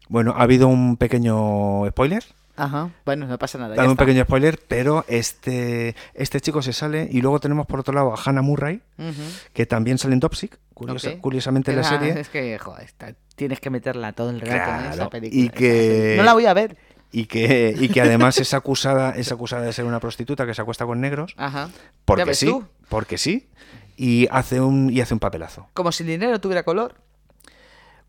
S2: Bueno, ha habido un pequeño spoiler.
S1: Ajá. Bueno, no pasa nada. ya
S2: Dame un
S1: está.
S2: pequeño spoiler, pero este, este chico se sale. Y luego tenemos por otro lado a Hannah Murray,
S1: Ujú.
S2: que también sale en Toxic, curiosa-
S1: Ok.
S2: curiosamente en la
S1: Ah,
S2: serie.
S1: Es que, joder, está- tienes que meterla todo el rato en esa
S2: Claro,
S1: película.
S2: y que,
S1: No la voy a ver.
S2: Y que, y que además es acusada, es acusada de ser una prostituta que se acuesta con negros.
S1: Ajá. Ya
S2: Porque
S1: ves
S2: sí.
S1: tú.
S2: Porque sí. Y hace un, y hace un papelazo.
S1: Como si el dinero tuviera color.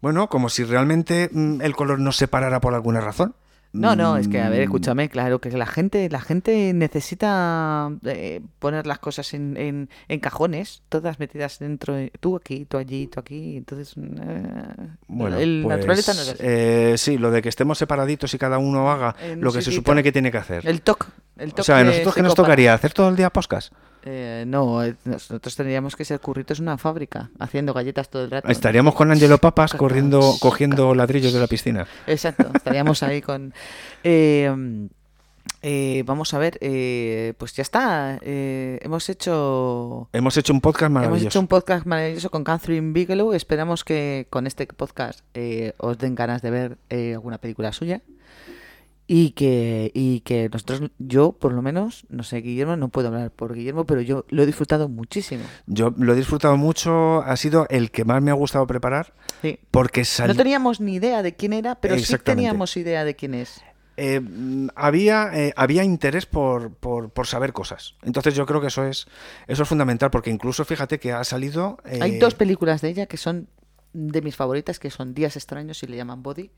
S2: Bueno, como si realmente mm, el color nos separara por alguna razón.
S1: No, no, es que, a ver,
S2: Mm,
S1: escúchame, claro, que la gente, la gente necesita eh, poner las cosas en, en- en cajones, todas metidas dentro, de- tú aquí, tú allí, tú aquí, entonces... eh,
S2: Bueno,
S1: el
S2: pues,
S1: naturaleza no es así. Eh,
S2: eh, sí, lo de que estemos separaditos y cada uno haga
S1: En un
S2: lo que se
S1: sitito.
S2: supone que tiene que hacer.
S1: El TOC. El
S2: o
S1: toc
S2: sea,
S1: de
S2: nosotros que nos
S1: psicópata.
S2: tocaría hacer todo el día podcast.
S1: Eh, no, eh, nosotros tendríamos que ser curritos en una fábrica, haciendo galletas todo el rato.
S2: Estaríamos con Angelo Papas corriendo, cogiendo ladrillos de la piscina.
S1: Exacto, estaríamos ahí con... Eh, eh, vamos a ver, eh, pues ya está. eh, hemos hecho
S2: Hemos hecho un podcast
S1: Hemos
S2: maravilloso.
S1: hecho un podcast maravilloso con Catherine Bigelow. Esperamos que con este podcast eh, os den ganas de ver eh, alguna película suya. Y que, y que nosotros, yo por lo menos, no sé, Guillermo, no puedo hablar por Guillermo, pero yo lo he disfrutado muchísimo.
S2: Yo lo he disfrutado mucho, ha sido el que más me ha gustado preparar.
S1: Sí.
S2: Porque sal-
S1: No teníamos ni idea de quién era, pero sí
S2: Exactamente.
S1: teníamos idea de quién es.
S2: eh, mm, había, eh, había interés por, por- por saber cosas. Entonces yo creo que eso es, eso es fundamental, porque incluso fíjate que ha salido... eh,
S1: Hay dos películas de ella que son de mis favoritas, que son Días extraños y le llaman Body,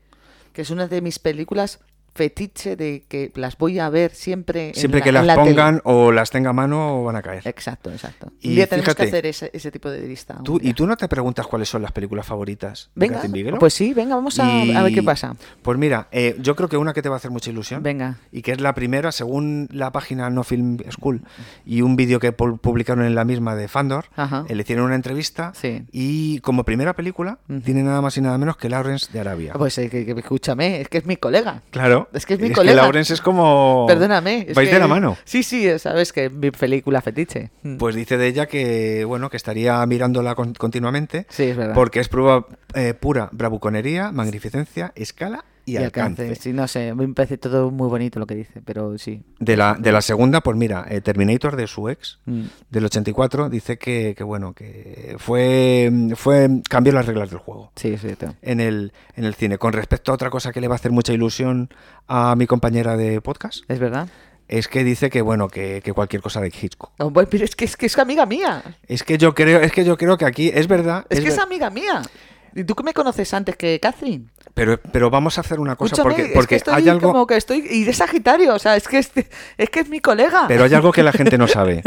S1: que es una de mis películas fetiche de que las voy a ver siempre. en
S2: Siempre
S1: la-
S2: que
S1: en
S2: las
S1: la tele.
S2: pongan o las tenga a mano o van a caer.
S1: Exacto, exacto.
S2: Y
S1: Y ya tenemos
S2: fíjate,
S1: que hacer ese, ese tipo de lista.
S2: Tú, ¿Y tú no te preguntas cuáles son las películas favoritas de
S1: Ah, Venga,
S2: Catherine Bigelow?
S1: pues sí, venga, vamos a- a ver qué pasa.
S2: Pues mira, eh, yo creo que una que te va a hacer mucha ilusión.
S1: Venga.
S2: Y que es la primera, según la página No Film School y un vídeo que pu- publicaron en la misma de Fandor,
S1: Ajá.
S2: eh, le hicieron una entrevista
S1: Sí.
S2: y como primera película tiene nada más y nada menos que Lawrence de Arabia.
S1: Pues eh, que- que- escúchame, es que es mi colega.
S2: Claro.
S1: Es que es mi colega.
S2: Lawrence es como...
S1: Perdóname. es
S2: Vais
S1: que-
S2: de la mano.
S1: Sí, sí, sabes que es mi película fetiche. Mm.
S2: Pues dice de ella que bueno que estaría mirándola con- continuamente.
S1: Sí, es verdad.
S2: Porque es prueba eh, pura bravuconería, magnificencia, escala y, alcance.
S1: Sí, no sé, me parece todo muy bonito lo que dice, pero sí.
S2: De la, de la segunda, pues mira, eh, Terminator de su ex,
S1: Mm.
S2: del 84, dice que, que bueno, que fue, fue cambió las reglas del juego
S1: Sí, es cierto.
S2: en el, en el cine. Con respecto a otra cosa que le va a hacer mucha ilusión a mi compañera de podcast,
S1: Es verdad.
S2: es que dice que bueno, que, que cualquier cosa de Hitchcock.
S1: Oh, bueno, Pero es que, es que es amiga mía.
S2: Es que yo creo, es que yo creo que aquí es verdad,
S1: Es,
S2: es
S1: que es
S2: ver-
S1: amiga mía. ¿Y tú que me conoces antes que Catherine?
S2: pero, pero vamos a hacer una cosa
S1: Escúchame,
S2: porque,
S1: es que
S2: porque
S1: estoy
S2: hay algo
S1: como que estoy... Y de Sagitario, o sea, es que es, es que es mi colega.
S2: Pero hay algo que la gente no sabe.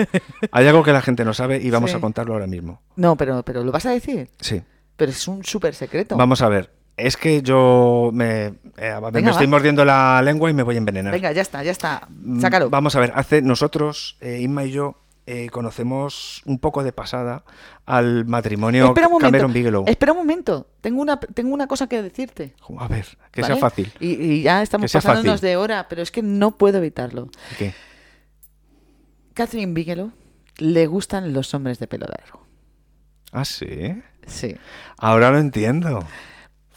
S2: Hay algo que la gente no sabe y vamos
S1: Sí.
S2: a contarlo ahora mismo.
S1: No, pero, pero lo vas a decir.
S2: Sí.
S1: Pero es un súper secreto.
S2: Vamos a ver. Es que yo me, eh, me
S1: Venga,
S2: estoy
S1: va.
S2: mordiendo la lengua y me voy a envenenar.
S1: Venga, ya está, ya está.
S2: Mm,
S1: Sácalo.
S2: Vamos a ver. Hace nosotros, eh, Inma y yo, eh, conocemos un poco de pasada al matrimonio
S1: Espera un momento.
S2: Cameron Bigelow.
S1: Espera un momento. Tengo una, tengo una cosa que decirte.
S2: A ver, que
S1: ¿vale?
S2: sea fácil.
S1: Y, y ya
S2: Que
S1: estamos
S2: sea
S1: pasándonos
S2: fácil.
S1: de hora, pero es que no puedo evitarlo.
S2: ¿Qué?
S1: Catherine Bigelow le gustan los hombres de pelo largo.
S2: Ah, sí.
S1: Sí.
S2: Ahora lo entiendo.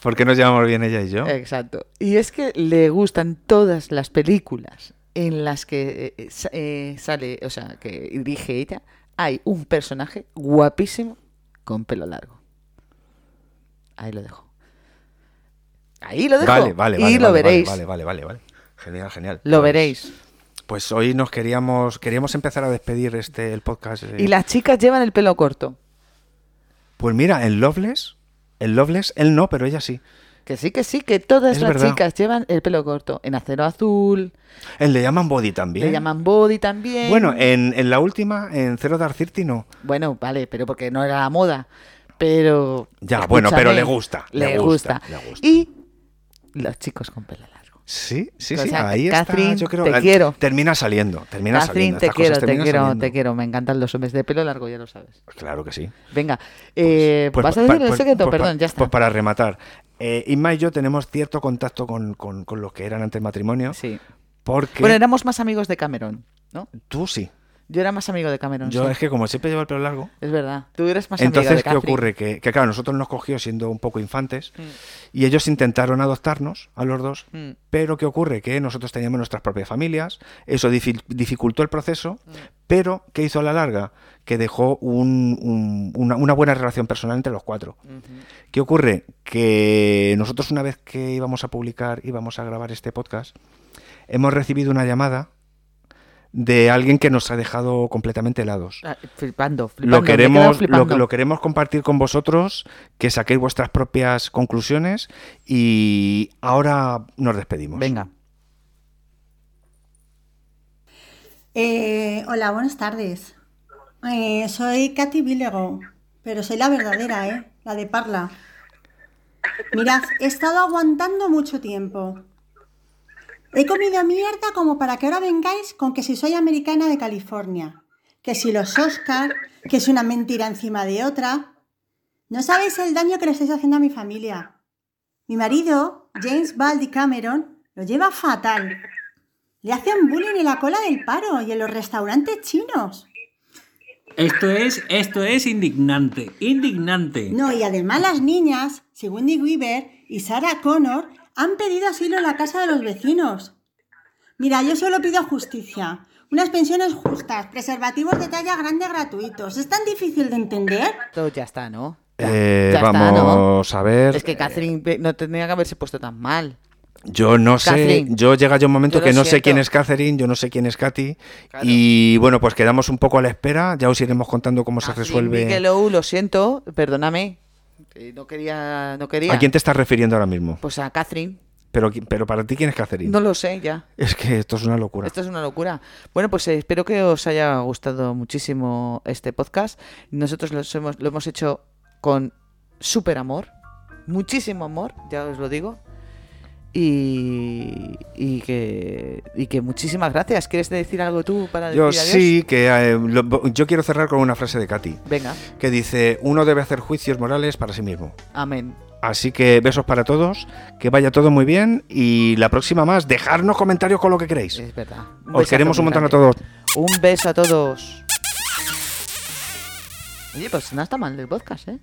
S2: ¿Por qué nos llevamos bien ella y yo?
S1: Exacto. Y es que le gustan todas las películas en las que eh, sa- eh, sale, o sea, que dirige ella. Hay un personaje guapísimo con pelo largo. Ahí lo dejo. Ahí lo dejo.
S2: Vale, vale,
S1: y
S2: vale,
S1: lo
S2: vale,
S1: veréis.
S2: Vale, vale, vale, vale. Genial, genial.
S1: Lo
S2: Pues-
S1: veréis.
S2: Pues hoy nos queríamos queríamos empezar a despedir este el podcast. eh.
S1: Y las chicas llevan el pelo corto.
S2: Pues mira, en Loveless, en Loveless, él no, pero ella sí.
S1: Que sí, que sí, que todas
S2: Es
S1: las
S2: verdad.
S1: chicas llevan el pelo corto. En acero azul,
S2: Él le llaman Body también.
S1: le llaman body también.
S2: Bueno, en, en la última, en Zero Dark Thirty no.
S1: Bueno, vale, pero porque no era la moda. Pero.
S2: Ya, bueno,
S1: escúchame,
S2: pero le gusta,
S1: Le,
S2: le
S1: gusta,
S2: gusta, le gusta.
S1: Y los chicos con pelo largo.
S2: Sí, sí,
S1: O
S2: sí.
S1: sea,
S2: ahí
S1: Pues Catherine,
S2: está. Yo creo
S1: te
S2: eh,
S1: quiero.
S2: Termina saliendo. Termina
S1: Catherine,
S2: saliendo.
S1: te
S2: estas cosas
S1: quiero, te
S2: terminan
S1: quiero,
S2: saliendo.
S1: te quiero. Me encantan los hombres de pelo largo, ya lo sabes.
S2: Claro que sí.
S1: Venga, eh,
S2: Pues
S1: vas a
S2: pa-
S1: decir el
S2: pues-
S1: secreto,
S2: pues pa-
S1: perdón, ya está.
S2: Pues para rematar, eh, Inma y yo tenemos cierto contacto con, con, con los que eran antes matrimonio.
S1: Sí.
S2: Porque
S1: Bueno, éramos más amigos de Cameron, ¿no?
S2: tú sí.
S1: Yo era más amigo de Cameron.
S2: Yo
S1: sí.
S2: es que como siempre llevo el pelo largo.
S1: Es verdad. Tú eres más amiga
S2: Entonces,
S1: de
S2: ¿qué
S1: Catherine.
S2: ocurre? Que, que, claro, nosotros nos cogió siendo un poco infantes y ellos intentaron adoptarnos a los dos,
S1: Mm.
S2: pero ¿qué ocurre? Que nosotros teníamos nuestras propias familias, eso difi- dificultó el proceso,
S1: Mm.
S2: pero ¿qué hizo a la larga? Que dejó un- un- una, una buena relación personal entre los cuatro. ¿Qué ocurre? Que nosotros una vez que íbamos a publicar, íbamos a grabar este podcast, hemos recibido una llamada de alguien que nos ha dejado completamente helados
S1: Ah, Flipando, flipando.
S2: lo
S1: me he quedado
S2: queremos, lo,
S1: flipando.
S2: lo queremos compartir con vosotros, que saquéis vuestras propias conclusiones y ahora nos despedimos.
S1: Venga.
S16: Eh, hola, buenas tardes. Eh, soy Katy Vilego, pero soy la verdadera, ¿eh? La de Parla. Mirad, he estado aguantando mucho tiempo. He comido mierda como para que ahora vengáis con que si soy americana de California, que si los Oscar, que es una mentira encima de otra. No sabéis el daño que le estáis haciendo a mi familia. Mi marido, James Baldy Cameron, lo lleva fatal. Le hacen bullying en la cola del paro y en los restaurantes chinos.
S17: Esto es, esto es indignante, indignante.
S16: No, y además las niñas, si Wendy Weaver y Sarah Connor, han pedido asilo en la casa de los vecinos. Mira, yo solo pido justicia. Unas pensiones justas, preservativos de talla grande gratuitos. ¿Es tan difícil de entender?
S1: Todo ya está, ¿no?
S2: Eh,
S1: Ya está,
S2: vamos a ver.
S1: Es que Catherine eh, no tendría que haberse puesto tan mal.
S2: Yo no sé,
S1: Catherine,
S2: yo llega ya un momento
S1: yo
S2: que
S1: lo
S2: no sé
S1: siento.
S2: quién es Catherine, yo no sé quién es Katy y bueno, pues quedamos un poco a la espera, ya os iremos contando cómo se resuelve.
S1: Bigelow, lo siento, perdóname. Eh, No quería, no quería.
S2: ¿A quién te estás refiriendo ahora mismo?
S1: Pues a Catherine.
S2: Pero, qui- pero para ti quién es Catherine?
S1: No lo sé ya.
S2: Es que esto es una locura.
S1: Esto es una locura. Bueno, pues eh, espero que os haya gustado muchísimo este podcast. Nosotros los hemos, lo hemos hecho con súper amor, muchísimo amor, ya os lo digo. Y, y que, y que muchísimas gracias. ¿Quieres decir algo tú para
S2: Yo
S1: decir adiós?
S2: sí que eh, lo- yo quiero cerrar con una frase de Katy.
S1: Venga.
S2: Que dice, uno debe hacer juicios morales para sí mismo.
S1: Amén.
S2: Así que besos para todos, que vaya todo muy bien y la próxima más, dejarnos comentarios con lo que queréis.
S1: Es verdad. Un
S2: Os
S1: besazo
S2: queremos un
S1: muy
S2: montón a
S1: grande.
S2: todos.
S1: Un beso a todos. Oye, pues no está mal el podcast, ¿eh?